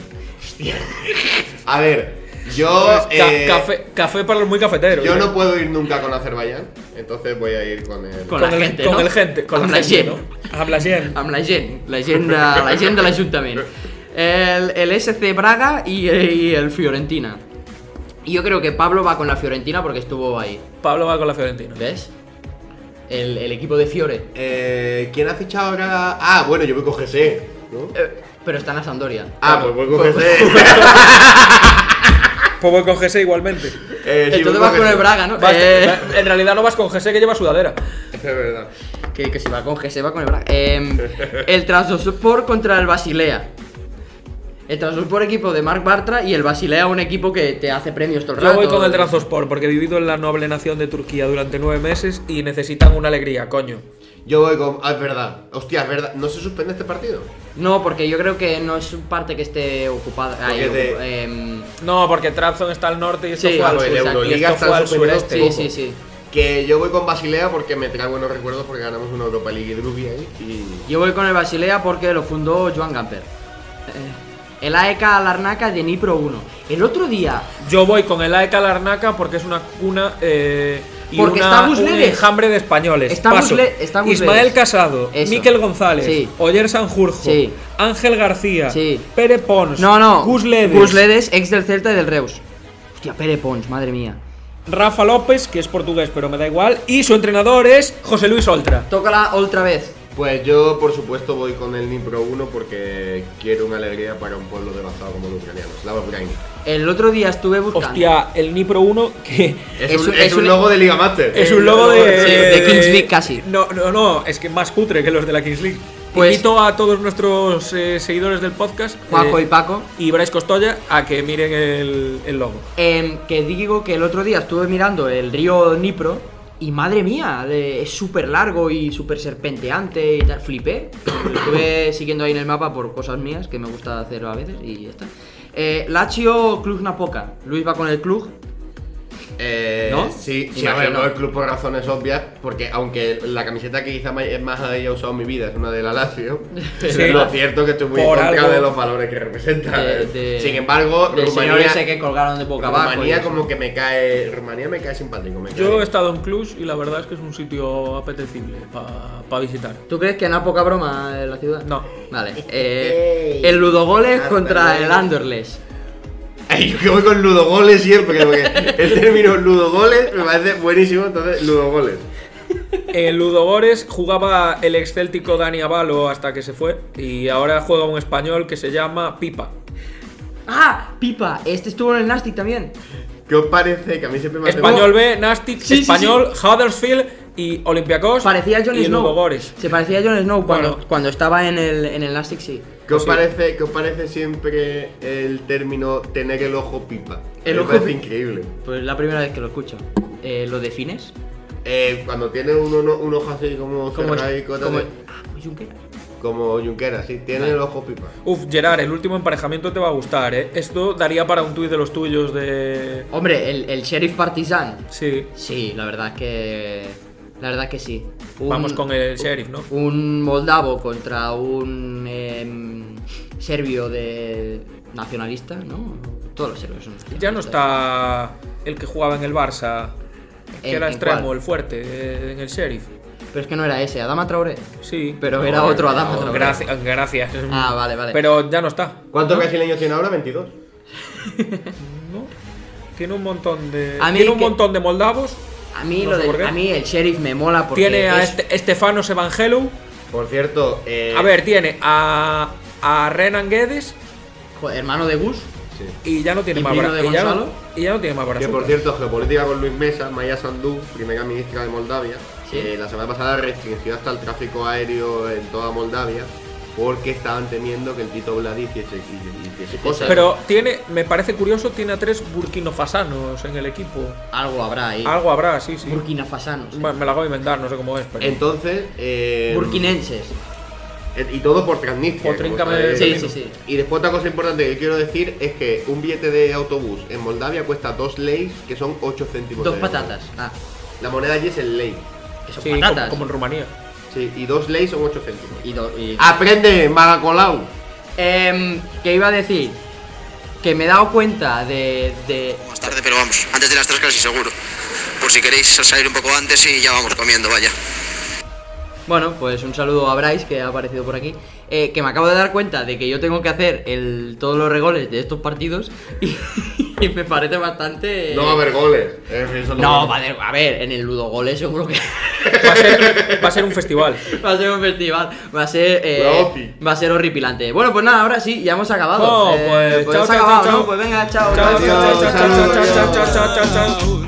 [SPEAKER 3] A ver, yo.
[SPEAKER 5] Pues, Ca-
[SPEAKER 3] eh,
[SPEAKER 5] café, café para los muy cafeteros.
[SPEAKER 3] Yo
[SPEAKER 5] ¿eh?
[SPEAKER 3] no puedo ir nunca con Azerbaiyán, entonces voy a ir con el.
[SPEAKER 2] Con
[SPEAKER 5] con
[SPEAKER 2] la
[SPEAKER 5] el
[SPEAKER 2] gente,
[SPEAKER 5] con
[SPEAKER 2] ¿no?
[SPEAKER 5] el gente. Con
[SPEAKER 2] Amb
[SPEAKER 5] la
[SPEAKER 2] la
[SPEAKER 5] gente.
[SPEAKER 2] gent.
[SPEAKER 5] ¿no? Amb la gent.
[SPEAKER 2] Amb la gent, la gent de, la gent de l'Ajuntament. El, el SC Braga y, y el Fiorentina. Y yo creo que Pablo va con la Fiorentina porque estuvo ahí.
[SPEAKER 5] Pablo va con la Fiorentina.
[SPEAKER 2] ¿Ves? El, el equipo de Fiore.
[SPEAKER 3] Eh, ¿Quién ha fichado ahora? Ah, bueno, yo voy con GC. ¿no?
[SPEAKER 2] Eh, pero está en la Sampdoria.
[SPEAKER 3] Ah, pues voy con GC.
[SPEAKER 5] Pues voy con GC igualmente.
[SPEAKER 3] Eh, sí, voy
[SPEAKER 2] Entonces vas con
[SPEAKER 3] GC.
[SPEAKER 2] el Braga, ¿no?
[SPEAKER 5] Vas-
[SPEAKER 2] Eh,
[SPEAKER 5] En realidad no vas con GC que lleva sudadera.
[SPEAKER 3] Es verdad.
[SPEAKER 2] que, que si va con GC, va con el Braga. Em, el Trabzonspor contra el Basilea. El Trabzonspor equipo de Marc Bartra y el Basilea un equipo que te hace premios todo el
[SPEAKER 5] Yo
[SPEAKER 2] rato. eh.
[SPEAKER 5] voy con el Trabzonspor porque he vivido en la noble nación de Turquía durante nueve meses y necesitan una alegría, coño.
[SPEAKER 3] Yo voy con. Ah, es verdad. Hostia, es verdad. ¿No se suspende este partido?
[SPEAKER 2] No, porque yo creo que no es parte que esté ocupada. ahí,
[SPEAKER 3] Porque te-
[SPEAKER 2] ocu- em,
[SPEAKER 5] No, porque Trabzon está al norte y esto
[SPEAKER 2] Sí,
[SPEAKER 5] fue al
[SPEAKER 2] claro,
[SPEAKER 5] sur.
[SPEAKER 2] el
[SPEAKER 5] y
[SPEAKER 3] Euroliga
[SPEAKER 5] esto
[SPEAKER 3] está
[SPEAKER 5] fue
[SPEAKER 3] al
[SPEAKER 5] al
[SPEAKER 3] superior,
[SPEAKER 5] sureste.
[SPEAKER 2] sí,
[SPEAKER 3] ojo.
[SPEAKER 2] sí, sí.
[SPEAKER 3] Que yo voy con Basilea porque me trae buenos recuerdos porque ganamos una Europa League y Drugi ahí. Y.
[SPEAKER 2] Yo voy con el Basilea porque lo fundó Joan Gamper. Eh, El AEK Larnaca de Nipro 1. El otro día,
[SPEAKER 5] Yo voy con el AEK Larnaca porque es una cuna eh, y
[SPEAKER 2] Porque
[SPEAKER 5] una-
[SPEAKER 2] está
[SPEAKER 5] un
[SPEAKER 2] Busledes.
[SPEAKER 5] enjambre de españoles.
[SPEAKER 2] Está
[SPEAKER 5] Paso.
[SPEAKER 2] Busle- está Busledes.
[SPEAKER 5] Ismael Casado,
[SPEAKER 2] Eso.
[SPEAKER 5] Miquel González,
[SPEAKER 2] Sí.
[SPEAKER 5] Oyer Sanjurjo,
[SPEAKER 2] Sí.
[SPEAKER 5] Ángel García,
[SPEAKER 2] Sí.
[SPEAKER 5] Pere Pons,
[SPEAKER 2] No, no.
[SPEAKER 5] Gus Ledes,
[SPEAKER 2] Gus Ledes, ex del Celta y del Reus. Hostia, Pere Pons, madre mía.
[SPEAKER 5] Rafa López, que es portugués pero me da igual, y su entrenador es José Luis Oltra.
[SPEAKER 2] Tócala otra vez.
[SPEAKER 3] Pues yo, por supuesto, voy con el Nipro 1 porque quiero una alegría para un pueblo devastado como los ucranianos. Slava Ukraini.
[SPEAKER 2] El otro día estuve buscando.
[SPEAKER 5] Hostia, el Nipro 1 que
[SPEAKER 3] Es,
[SPEAKER 2] Es
[SPEAKER 3] un,
[SPEAKER 2] un-
[SPEAKER 3] es
[SPEAKER 2] es
[SPEAKER 3] un
[SPEAKER 2] un-
[SPEAKER 3] logo de Liga Master.
[SPEAKER 5] es un logo de,
[SPEAKER 2] Eh,
[SPEAKER 5] eh,
[SPEAKER 2] Sí, de Kings League casi.
[SPEAKER 5] No, no, no, es que más cutre que los de la Kings League.
[SPEAKER 2] Pues-
[SPEAKER 5] Invito a todos nuestros eh, seguidores del podcast,
[SPEAKER 2] Juanjo
[SPEAKER 5] eh,
[SPEAKER 2] y Paco.
[SPEAKER 5] y Bryce Costoya, a que miren el, el logo.
[SPEAKER 2] Em, que digo que el otro día estuve mirando el río Nipro. Y madre mía, de- es súper largo y súper serpenteante y tal. Flipé. Lo estuve siguiendo ahí en el mapa por cosas mías que me gusta hacer a veces y ya está. Eh, Lazio Club Napoca. Luis va con el club.
[SPEAKER 3] Eh,
[SPEAKER 2] ¿No?
[SPEAKER 3] Sí, sí,
[SPEAKER 2] Imagino.
[SPEAKER 3] a ver, no el club por razones obvias, porque aunque la camiseta que quizá ma- más haya usado en mi vida es una de la Lazio,
[SPEAKER 5] Sí.
[SPEAKER 3] lo cierto es que estoy muy en
[SPEAKER 5] Por
[SPEAKER 3] contra
[SPEAKER 5] algo.
[SPEAKER 3] de los valores que representa.
[SPEAKER 2] De-
[SPEAKER 3] eh.
[SPEAKER 2] de-
[SPEAKER 3] Sin embango,
[SPEAKER 2] del señor
[SPEAKER 3] Rumanía,
[SPEAKER 2] ese que colgaron de boca abajo. y
[SPEAKER 3] Rumanía
[SPEAKER 2] eso.
[SPEAKER 3] como que me cae, Rumanía me cae simpático. Me cae
[SPEAKER 5] Yo he
[SPEAKER 3] bien.
[SPEAKER 5] estado en Cluj y la verdad es que es un sitio apetecible para visitar.
[SPEAKER 2] ¿Tú crees que no ha poca broma en la ciudad?
[SPEAKER 5] No.
[SPEAKER 2] Vale. eh, el Ludogoles
[SPEAKER 3] Hasta
[SPEAKER 2] contra
[SPEAKER 3] luego.
[SPEAKER 2] el Anderles.
[SPEAKER 3] Ay, yo que voy con ludogoles siempre, porque el término ludogoles me parece buenísimo, entonces ludogoles.
[SPEAKER 5] En Ludogores jugaba el ex céltico Dani Avalo hasta que se fue y ahora juega un español que se llama Pipa.
[SPEAKER 2] ¡Ah! Pipa, este estuvo en el Nastic también.
[SPEAKER 3] ¿Qué os parece? Que a mí siempre me hace-
[SPEAKER 5] Español B, Nastic,
[SPEAKER 2] Sí, sí,
[SPEAKER 5] Español, Huddersfield y Olympiacos.
[SPEAKER 2] Parecía a Jon
[SPEAKER 5] y
[SPEAKER 2] Snow.
[SPEAKER 5] Ludogores.
[SPEAKER 2] Se parecía a Jon Snow cuando,
[SPEAKER 5] Bueno.
[SPEAKER 2] cuando estaba en el, en el Nastic, sí.
[SPEAKER 3] ¿Qué os, parece, ¿Qué os parece siempre el término tener el ojo pipa?
[SPEAKER 2] El
[SPEAKER 3] Me
[SPEAKER 2] ojo
[SPEAKER 3] parece
[SPEAKER 2] pi-
[SPEAKER 3] increíble.
[SPEAKER 2] Pues es la primera vez que lo escucho. Eh, ¿Lo defines?
[SPEAKER 3] Eh, cuando tiene un, uno- un ojo así como
[SPEAKER 2] Como
[SPEAKER 3] cerrado y cosas
[SPEAKER 2] como-
[SPEAKER 3] así,
[SPEAKER 2] Ah, Junqueras.
[SPEAKER 3] como Junquera, sí, tiene
[SPEAKER 2] Vale.
[SPEAKER 3] el ojo pipa.
[SPEAKER 5] Uf, Gerard, el último emparejamiento te va a gustar, ¿eh? Esto daría para un tuit de los tuyos de...
[SPEAKER 2] Hombre, el, el Sheriff Partizan.
[SPEAKER 5] Sí.
[SPEAKER 2] Sí, la verdad es que. La verdad que sí. Un-
[SPEAKER 5] Vamos con el sheriff, ¿no?
[SPEAKER 2] Un moldavo contra un em, serbio de nacionalista, ¿no? Todos los serbios son
[SPEAKER 5] Ya no
[SPEAKER 2] nacionalistas.
[SPEAKER 5] está el que jugaba en el Barça, que
[SPEAKER 2] ¿En-
[SPEAKER 5] era
[SPEAKER 2] en
[SPEAKER 5] extremo,
[SPEAKER 2] cuál?
[SPEAKER 5] el fuerte, eh, en el sheriff.
[SPEAKER 2] Pero es que no era ese, Adama Traoré.
[SPEAKER 5] Sí. Oh,
[SPEAKER 2] Pero era
[SPEAKER 3] No,
[SPEAKER 2] otro Adama
[SPEAKER 3] no,
[SPEAKER 2] Traoré.
[SPEAKER 5] Gracias. gracias.
[SPEAKER 2] Ah, vale, vale.
[SPEAKER 5] Pero ya no está.
[SPEAKER 3] ¿Cuántos brasileños tiene ahora? 22.
[SPEAKER 5] Tiene un montón de.
[SPEAKER 2] A mí
[SPEAKER 5] Tiene un
[SPEAKER 2] que-
[SPEAKER 5] montón de moldavos.
[SPEAKER 2] a, mí
[SPEAKER 5] no
[SPEAKER 2] lo
[SPEAKER 5] sé
[SPEAKER 2] del-
[SPEAKER 5] por qué.
[SPEAKER 2] a mí el sheriff me mola porque
[SPEAKER 5] tiene a
[SPEAKER 2] es-
[SPEAKER 5] este- Estefanos Evangelou.
[SPEAKER 3] Por cierto, eh,
[SPEAKER 5] A ver, tiene a, a Renan Guedes.
[SPEAKER 2] joder, hermano de Gus.
[SPEAKER 3] sí.
[SPEAKER 5] Y ya no tiene
[SPEAKER 2] ¿Y
[SPEAKER 5] más
[SPEAKER 2] primo
[SPEAKER 5] bra-
[SPEAKER 2] de
[SPEAKER 5] y, ya no,
[SPEAKER 2] Gonzalo?
[SPEAKER 5] y ya no tiene más
[SPEAKER 3] Que
[SPEAKER 5] brazos.
[SPEAKER 3] por cierto, geopolítica con Luis Mesa, Maya Sandu, primera ministra de Moldavia,
[SPEAKER 2] Sí.
[SPEAKER 3] eh, la semana pasada restringió hasta el tráfico aéreo en toda Moldavia porque estaban temiendo que el Tito Vladi hiciese, y- y hiciese cosas.
[SPEAKER 5] Pero tiene, me parece curioso, tiene a tres burkinofasanos en el equipo.
[SPEAKER 2] Algo habrá ahí.
[SPEAKER 5] Algo habrá, sí, sí.
[SPEAKER 2] Burkina Fasano. sí.
[SPEAKER 5] Me, me la voy a inventar, no sé cómo es, pero.
[SPEAKER 3] Entonces, eh,
[SPEAKER 2] Burkinenses.
[SPEAKER 3] eh, y todo por Transnistria.
[SPEAKER 5] Por
[SPEAKER 3] como
[SPEAKER 5] Trinca-
[SPEAKER 3] sabéis.
[SPEAKER 2] Sí, sí, sí.
[SPEAKER 3] Y después otra cosa importante que quiero decir es que un billete de autobús en Moldavia cuesta dos leis, que son 8 céntimos.
[SPEAKER 2] Dos
[SPEAKER 3] Pues de euro.
[SPEAKER 2] patatas. Ah,
[SPEAKER 3] La moneda allí es el lei.
[SPEAKER 2] que son
[SPEAKER 5] Sí,
[SPEAKER 2] patatas.
[SPEAKER 5] como, como en Rumanía.
[SPEAKER 3] Sí, y dos leis son 8 céntimos.
[SPEAKER 2] Y do- y-
[SPEAKER 5] Ah.
[SPEAKER 3] Aprende, Magacolau.
[SPEAKER 2] Em, que iba a decir que me he dado cuenta de, de-
[SPEAKER 7] Más tarde, pero vamos, antes de las tres casi seguro. Por si queréis salir un poco antes y ya vamos comiendo, vaya.
[SPEAKER 2] Bueno, pues un saludo a Bryce que ha aparecido por aquí. eh, que me acabo de dar cuenta de que yo tengo que hacer el, todos los regoles de estos partidos y, y me parece bastante.
[SPEAKER 3] No va a haber goles. En fin, eso
[SPEAKER 2] Eh, No,
[SPEAKER 3] va
[SPEAKER 2] va a haber- a ver, en el Ludogole seguro que
[SPEAKER 5] Va a ser, va a ser un festival.
[SPEAKER 2] va a ser un festival. Va a ser. eh,
[SPEAKER 3] Broti.
[SPEAKER 2] va a ser horripilante. Bueno, pues nada, ahora sí, ya hemos acabado.
[SPEAKER 5] Oh,
[SPEAKER 2] Eh,
[SPEAKER 5] pues chao,
[SPEAKER 2] se ha
[SPEAKER 5] chao,
[SPEAKER 2] acabado,
[SPEAKER 5] chao,
[SPEAKER 2] ¿no?
[SPEAKER 5] chao.
[SPEAKER 2] Pues venga, chao.
[SPEAKER 5] Chao,
[SPEAKER 2] gracias.
[SPEAKER 5] chao, chao, chao, chao,
[SPEAKER 3] saludos.
[SPEAKER 5] chao, chao, chao, chao, chao.